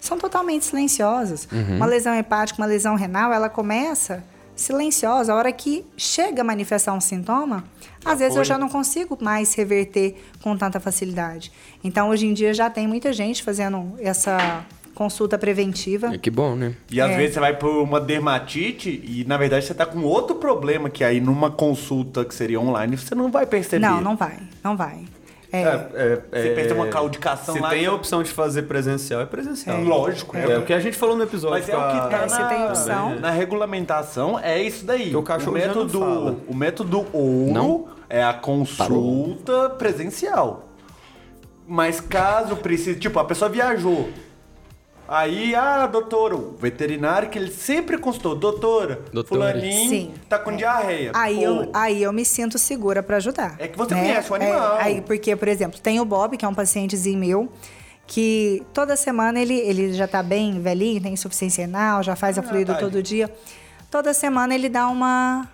D: são totalmente silenciosas. Uma lesão hepática, uma lesão renal, ela começa silenciosa. A hora que chega a manifestar um sintoma, às vezes eu já não consigo mais reverter com tanta facilidade. Então, hoje em dia já tem muita gente fazendo essa consulta preventiva.
A: É que bom, né?
C: E às
D: É.
C: vezes você vai por uma dermatite e na verdade você tá com outro problema que aí numa consulta que seria online você não vai perceber.
D: Não, não vai, não vai. É,
C: Você perde uma caudicação
B: se
C: lá.
B: tem a opção de fazer presencial, é presencial.
C: Lógico, né?
B: É, o que a gente falou no episódio.
C: Mas é o que
B: com a-
C: tá
D: É, se
C: na,
D: tem opção.
C: na regulamentação, é isso daí.
B: Que o cachorro já
C: método,
B: não fala.
C: O método ouro
A: Não?
C: é a consulta presencial. Mas caso precise, tipo, a pessoa viajou. Aí, ah, doutor, o veterinário que ele sempre consultou, doutora,
A: Doutora.
C: fulaninho
D: Sim.
C: tá com diarreia.
D: Aí
C: Pô,
D: eu, aí eu me sinto segura para ajudar.
C: É que você conhece o
D: É,
C: animal.
D: aí, porque, por exemplo, tem o Bob, que é um pacientezinho meu, que toda semana ele, ele já tá bem velhinho, tem insuficiência renal, já faz a
C: Ah,
D: fluido
C: tá.
D: todo dia. Toda semana ele dá uma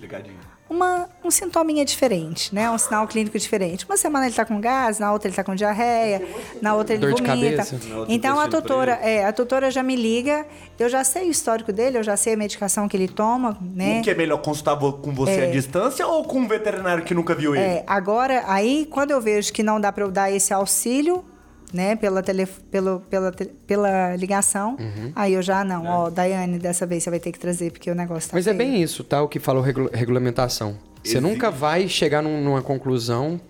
C: Ligadinho.
D: uma, um sintominha diferente, né? Um sinal clínico diferente. Uma semana ele tá com gás, na outra ele tá com diarreia, na outra ele
A: Dor de
D: vomita.
A: cabeça. Na
C: outra tá
D: Então a
C: intestino
D: doutora, é, a doutora já me liga, eu já sei o histórico dele, eu já sei a medicação que ele toma, né?
C: O que é melhor consultar vo- com você à distância ou com um veterinário que nunca viu ele?
D: É, agora, aí, quando eu vejo que não dá para eu dar esse auxílio, né, pela, tele, pelo, pela, te- pela ligação,
A: Uhum.
D: aí eu já não, ó, Daiane, dessa vez você vai ter que trazer, porque o negócio tá
A: Mas é
D: feio.
A: bem isso, tá? O que fala o regula- regulamentação. Você nunca vai chegar num- numa conclusão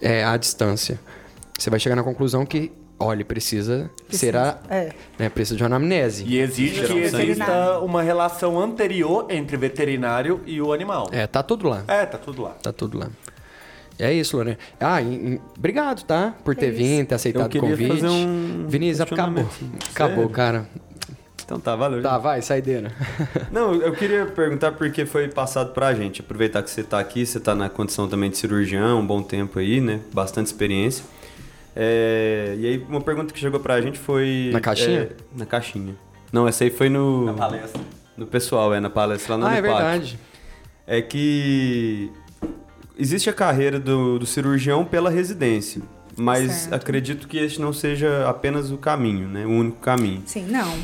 A: é, à distância. Você vai chegar na conclusão que, olha, precisa, será,
D: é.
A: né, precisa de uma anamnese.
C: E exige
A: é
C: que
D: Geralmente.
C: exista uma relação anterior entre veterinário e o animal.
A: É, tá tudo lá.
C: É, tá tudo lá.
A: Tá tudo lá. É isso, Lorena. Ah, e- e- obrigado, tá? Por ter vindo, ter
B: Eu
A: aceitado o
B: queria
A: convite.
B: fazer um
A: Vinícius, acabou.
B: questionamento.
A: Acabou,
B: Sério?
A: cara.
B: Então tá, valeu.
A: Tá, vai, saideira.
B: Não, eu queria perguntar porque foi passado pra gente. Aproveitar que você tá aqui, você tá na condição também de cirurgião, um bom tempo aí, né? Bastante experiência. É, e aí, uma pergunta que chegou pra gente foi.
A: Na caixinha?
B: é, na caixinha. Não, essa aí foi no. Na
C: palestra.
B: No pessoal, é, na palestra lá na
A: ah, é
B: Unipátio.
A: verdade.
B: é que existe a carreira do, do cirurgião pela residência, mas
D: Certo.
B: acredito que este não seja apenas o caminho, né? O único caminho.
D: Sim, não.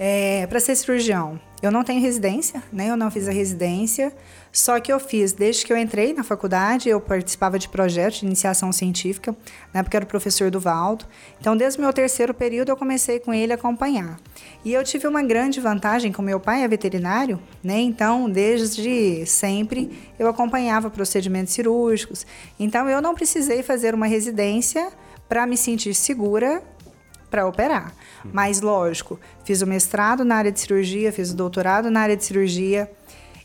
D: É, para ser cirurgião, eu não tenho residência, né? Eu não fiz a residência. Só que eu fiz, desde que eu entrei na faculdade, eu participava de projetos de iniciação científica. Na época era o professor Duvaldo. Então, desde o meu terceiro período, eu comecei com ele a acompanhar. E eu tive uma grande vantagem, como meu pai é veterinário, né? Então, desde sempre, eu acompanhava procedimentos cirúrgicos. Então, eu não precisei fazer uma residência para me sentir segura para operar. Mas, lógico, fiz o mestrado na área de cirurgia, fiz o doutorado na área de cirurgia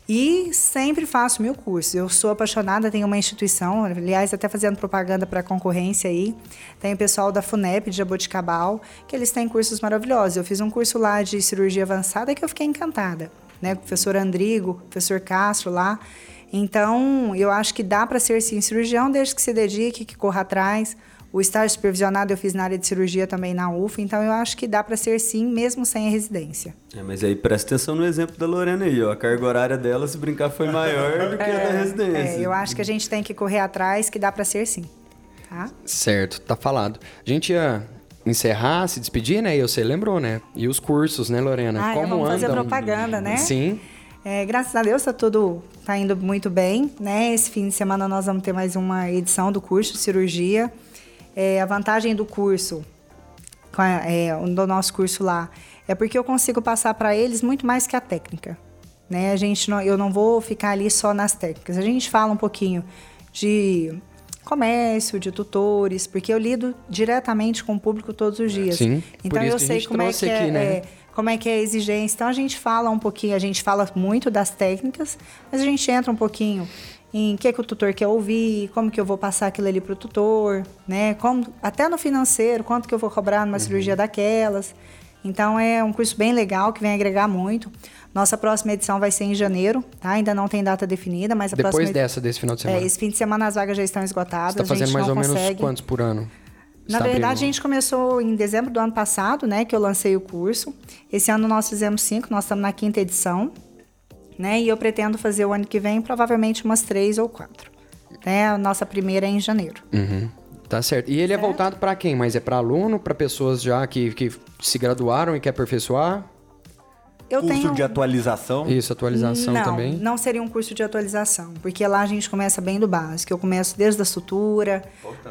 D: e sempre faço mil cursos. Eu sou apaixonada, tenho uma instituição, aliás, até fazendo propaganda para concorrência aí. Tem o pessoal da FUNEP de Jaboticabal, que eles têm cursos maravilhosos. Eu fiz um curso lá de cirurgia avançada que eu fiquei encantada, né? Com o professor Andrigo, professor Castro lá. Então, eu acho que dá para ser sim cirurgião desde que se dedique, que corra atrás. O estágio supervisionado eu fiz na área de cirurgia também na UFA, então eu acho que dá para ser sim, mesmo sem a residência.
B: É, mas aí presta atenção no exemplo da Lorena aí, ó. A carga horária dela, se brincar, foi maior do que a da residência.
D: É, eu acho que a gente tem que correr atrás, que dá para ser sim. Tá?
A: Certo, tá falado. A gente ia encerrar, se despedir, né? E você lembrou, né? E os cursos, né, Lorena?
D: Ah,
A: Como
D: vamos fazer
A: andam?
D: propaganda, né?
A: Sim.
D: É, graças a Deus tá tudo tá indo muito bem, né? Esse fim de semana nós vamos ter mais uma edição do curso de cirurgia. É, a vantagem do curso, com a- é, do nosso curso lá, é porque eu consigo passar para eles muito mais que a técnica, né? A gente não, eu não vou ficar ali só nas técnicas. A gente fala um pouquinho de comércio, de tutores, porque eu lido diretamente com o público todos os dias.
A: É. Sim, por
D: Então
A: isso
D: eu
A: que a
D: sei
A: gente
D: como é
A: trouxe
D: que é,
A: aqui, né?
D: é, como é que é a exigência. Então a gente fala um pouquinho, a gente fala muito das técnicas, mas a gente entra um pouquinho em o que, que o tutor quer ouvir, como que eu vou passar aquilo ali pro tutor, né? Como, até no financeiro, quanto
A: Uhum.
D: que eu vou cobrar numa cirurgia daquelas. Então é um curso bem legal que vem agregar muito. Nossa próxima edição vai ser em janeiro, tá? Ainda não tem data definida, mas a
A: Depois
D: próxima.
A: dessa, desse final de semana.
D: É, esse fim de semana as vagas já estão esgotadas.
A: Você tá
D: a
A: fazendo
D: gente
A: mais ou
D: não
A: menos
D: consegue.
A: quantos por ano? Você
D: Na
A: tá
D: verdade, a
A: abrindo?
D: gente começou em dezembro do ano passado, né? Que eu lancei o curso. Esse ano nós fizemos cinco, nós estamos na quinta edição, né? E eu pretendo fazer o ano que vem, provavelmente umas três ou quatro. Né? A nossa primeira é em janeiro.
A: Uhum. Tá certo. E ele é voltado pra quem? Mas é pra aluno, pra pessoas já que, que se graduaram e quer aperfeiçoar?
D: Eu
C: Curso
D: tenho.
C: de atualização.
A: Isso, atualização
D: não,
A: também?
D: Não seria um curso de atualização, porque lá a gente começa bem do básico. Eu começo desde a sutura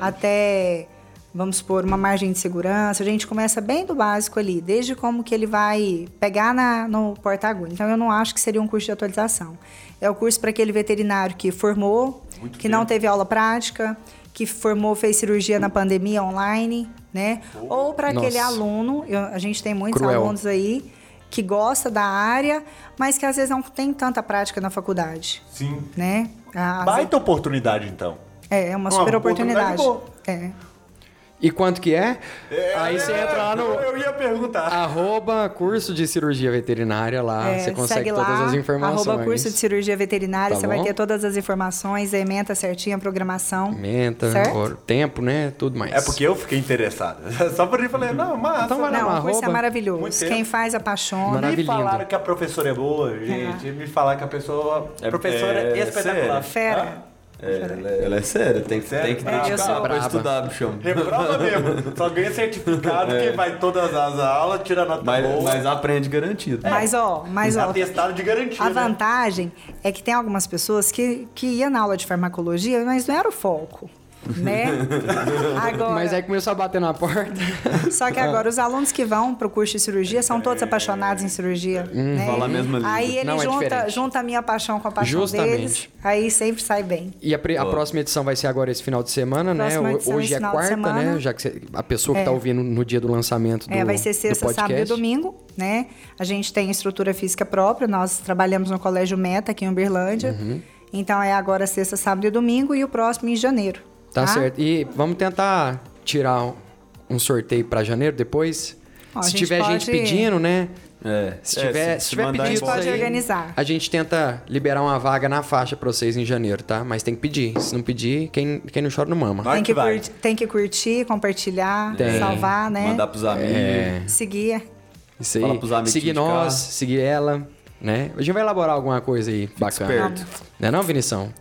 D: até, vamos supor, uma margem de segurança. A gente começa bem do básico ali, desde como que ele vai pegar na, no porta-agulha. Então, eu não acho que seria um curso de atualização. É o curso para aquele veterinário que formou,
C: Muito
D: que
C: bem.
D: não teve aula prática, que formou, fez cirurgia na pandemia online, né? Ou para aquele
A: Nossa.
D: aluno, eu- a gente tem muitos
A: Cruel.
D: alunos aí que gosta da área, mas que às vezes não tem tanta prática na faculdade,
C: Sim.
D: né? As-
C: Baita oportunidade, então.
D: é, é uma
C: Uma
D: super oportunidade.
C: oportunidade
D: É.
A: E quanto que é? Aí você entra lá no Ah,
C: Eu ia perguntar.
A: arroba curso de cirurgia veterinária lá.
D: É,
A: Ah, você consegue
D: segue lá,
A: todas as informações.
D: Arroba curso de cirurgia veterinária,
A: Tá
D: você
A: bom?
D: vai ter todas as informações, emenda certinha, programação.
A: Menta,
D: Certo?
A: or- tempo, né? Tudo mais.
C: É porque eu fiquei interessado. Só por ele falei, não, massa.
A: Então vai lá.
D: Não, o curso é
A: arroba.
C: Muito
D: maravilhoso.
C: tempo.
D: Quem faz apaixona.
A: Maravilhoso.
C: Me falaram que a professora é boa, gente. Me falaram que a pessoa.
B: É-
C: professora é,
B: é
C: espetacular.
B: sério.
D: Fera.
B: É, ela, é- ela é séria, tem que,
C: Sério?
B: tem que
C: É, eu
B: dedicar
D: sou
B: pra
A: braba.
B: estudar, bichão.
C: Ah, Reprova mesmo. Só ganha certificado
B: É.
C: que vai todas as aulas, tira nota boa.
B: Mas, mas
A: Ah,
B: aprende
A: é.
B: garantido.
D: É, Mas ó, mas ó,
C: Atestado de garantia.
D: A
C: né?
D: vantagem é que tem algumas pessoas que, que ia na aula de farmacologia, mas não era o foco. Né? Agora,
A: Mas é aí começou a bater na porta.
D: Só que agora os alunos que vão pro curso de cirurgia são todos apaixonados em cirurgia. né?
B: Hum, fala a mesma língua.
D: Aí ele
A: Não, é
D: junta,
A: diferente.
D: junta a minha paixão com a paixão
A: Justamente.
D: deles. Aí sempre sai bem.
A: E a, pre- a
B: Ó.
A: próxima edição vai ser agora esse final de semana, né?
D: Próxima
A: O-
D: edição
A: Hoje
D: esse
A: é
D: final de
A: quarta, né?
D: semana.
A: Já que cê- a pessoa que
D: É.
A: tá ouvindo no dia do lançamento do
D: É, vai ser
A: do
D: sexta, sábado e
A: podcast.
D: domingo, né? A gente tem estrutura física própria, nós trabalhamos no Colégio Meta, aqui em Uberlândia.
A: Uhum.
D: Então é agora sexta, sábado e domingo, e o próximo em janeiro.
A: Tá certo. E vamos tentar tirar um- um sorteio pra janeiro depois.
D: Ó, a
A: se
D: gente
A: tiver gente
D: pode-
A: pedindo, né?
B: É,
A: Se
B: é,
A: tiver, se tiver
B: mandar
A: pedidos
D: embora. A gente pode
A: aí,
D: organizar.
A: a gente tenta liberar uma vaga na faixa pra vocês em janeiro, tá? Mas tem que pedir. Se não pedir, quem, quem não chora não mama.
C: Vai
D: Tem que,
C: que vai.
D: curti- tem que curtir, compartilhar,
A: Tem.
D: salvar, né?
B: Mandar pros amigos.
A: É,
D: Seguir. é
A: Isso
B: Fala
A: aí.
B: pros amiguinhos
A: Seguir
B: de
A: nós,
B: casa.
A: seguir ela, né? A gente vai elaborar alguma coisa aí bacana.
B: esperto.
A: Não é não, Vinição?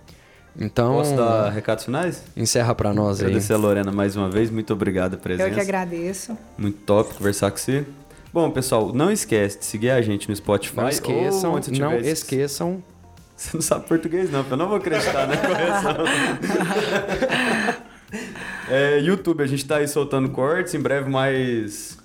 A: Então,
B: Posso dar recados finais?
A: encerra pra nós aí.
B: Agradecer a Lorena mais uma vez, muito obrigado a presença.
D: Eu que agradeço.
B: Muito top conversar com você. Bom, pessoal, não esquece de seguir a gente no Spotify.
A: Não esqueçam,
B: ou onde você
A: não
B: tiver-
A: esqueçam.
B: Você não sabe português, não, eu não vou acreditar na correção. É, YouTube, a gente tá aí soltando cortes, em breve mais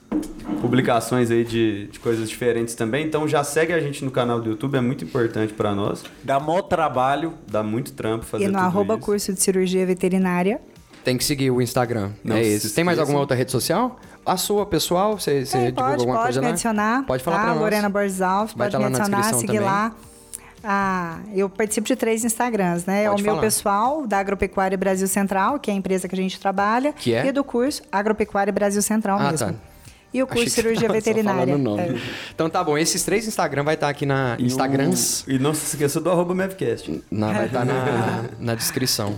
B: publicações aí de, de coisas diferentes também. Então já segue a gente no canal do YouTube, é muito importante pra nós.
C: Dá mó trabalho.
B: Dá muito trampo fazer
D: E no
B: tudo
D: arroba
B: isso.
D: curso de cirurgia veterinária.
A: Tem que seguir o Instagram.
B: Não
A: é
B: se
A: isso. Tem mais
B: esqueçam.
A: alguma outra rede social? A sua, pessoal? Você, você
D: Tem,
A: divulga
D: É, pode,
A: alguma
D: pode
A: coisa
D: me
A: lá?
D: adicionar.
A: Pode falar
D: tá?
A: pra nós.
D: Lorena Borges Alves,
A: Vai
D: pode
A: tá
D: me
A: lá na
D: adicionar,
A: descrição
D: seguir
A: também.
D: lá. Ah, eu participo de três Instagrams, né? é o
A: Pode
D: meu
A: falar.
D: pessoal, da Agropecuária Brasil Central, que é a empresa que a gente trabalha.
A: Que é?
D: E do curso Agropecuária Brasil Central
A: Ah,
D: mesmo.
A: tá.
D: E o curso
A: Achei
D: de
A: que
D: Cirurgia
A: tava só
D: Veterinária.
A: falando o nome.
D: É.
A: Então tá bom, esses três Instagram vai estar aqui na
B: E um o-
A: Instagrams.
B: E não se esqueça do arroba Mavcast.
A: Na, vai estar na, na descrição.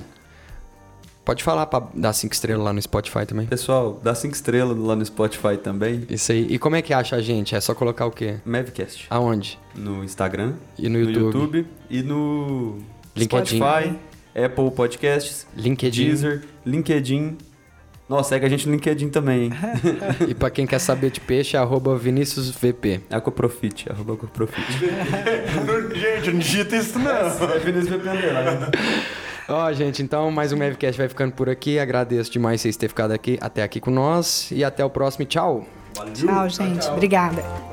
A: Pode falar pra dar cinco estrelas lá no Spotify também.
B: Pessoal, dá cinco estrelas lá no Spotify também.
A: Isso aí. E como é que acha a gente? É só colocar o quê?
B: Mavcast.
A: Aonde?
B: No Instagram.
A: E no YouTube.
B: e no
A: LinkedIn.
B: Spotify, Apple Podcasts,
A: LinkedIn.
B: Deezer, LinkedIn. Nossa, segue a gente no LinkedIn também, hein?
A: E pra quem quer saber de peixe, é arroba ViniciusVP.
B: Acoprofit, É arroba Acoprofit.
C: Não- gente, não digita isso não.
B: É Vinícius VP Underline.
A: Ó, gente, então mais um Mavcast vai ficando por aqui. Agradeço demais vocês terem ficado aqui, até aqui com nós. E até o próximo. Tchau!
D: Tchau, gente. Obrigada.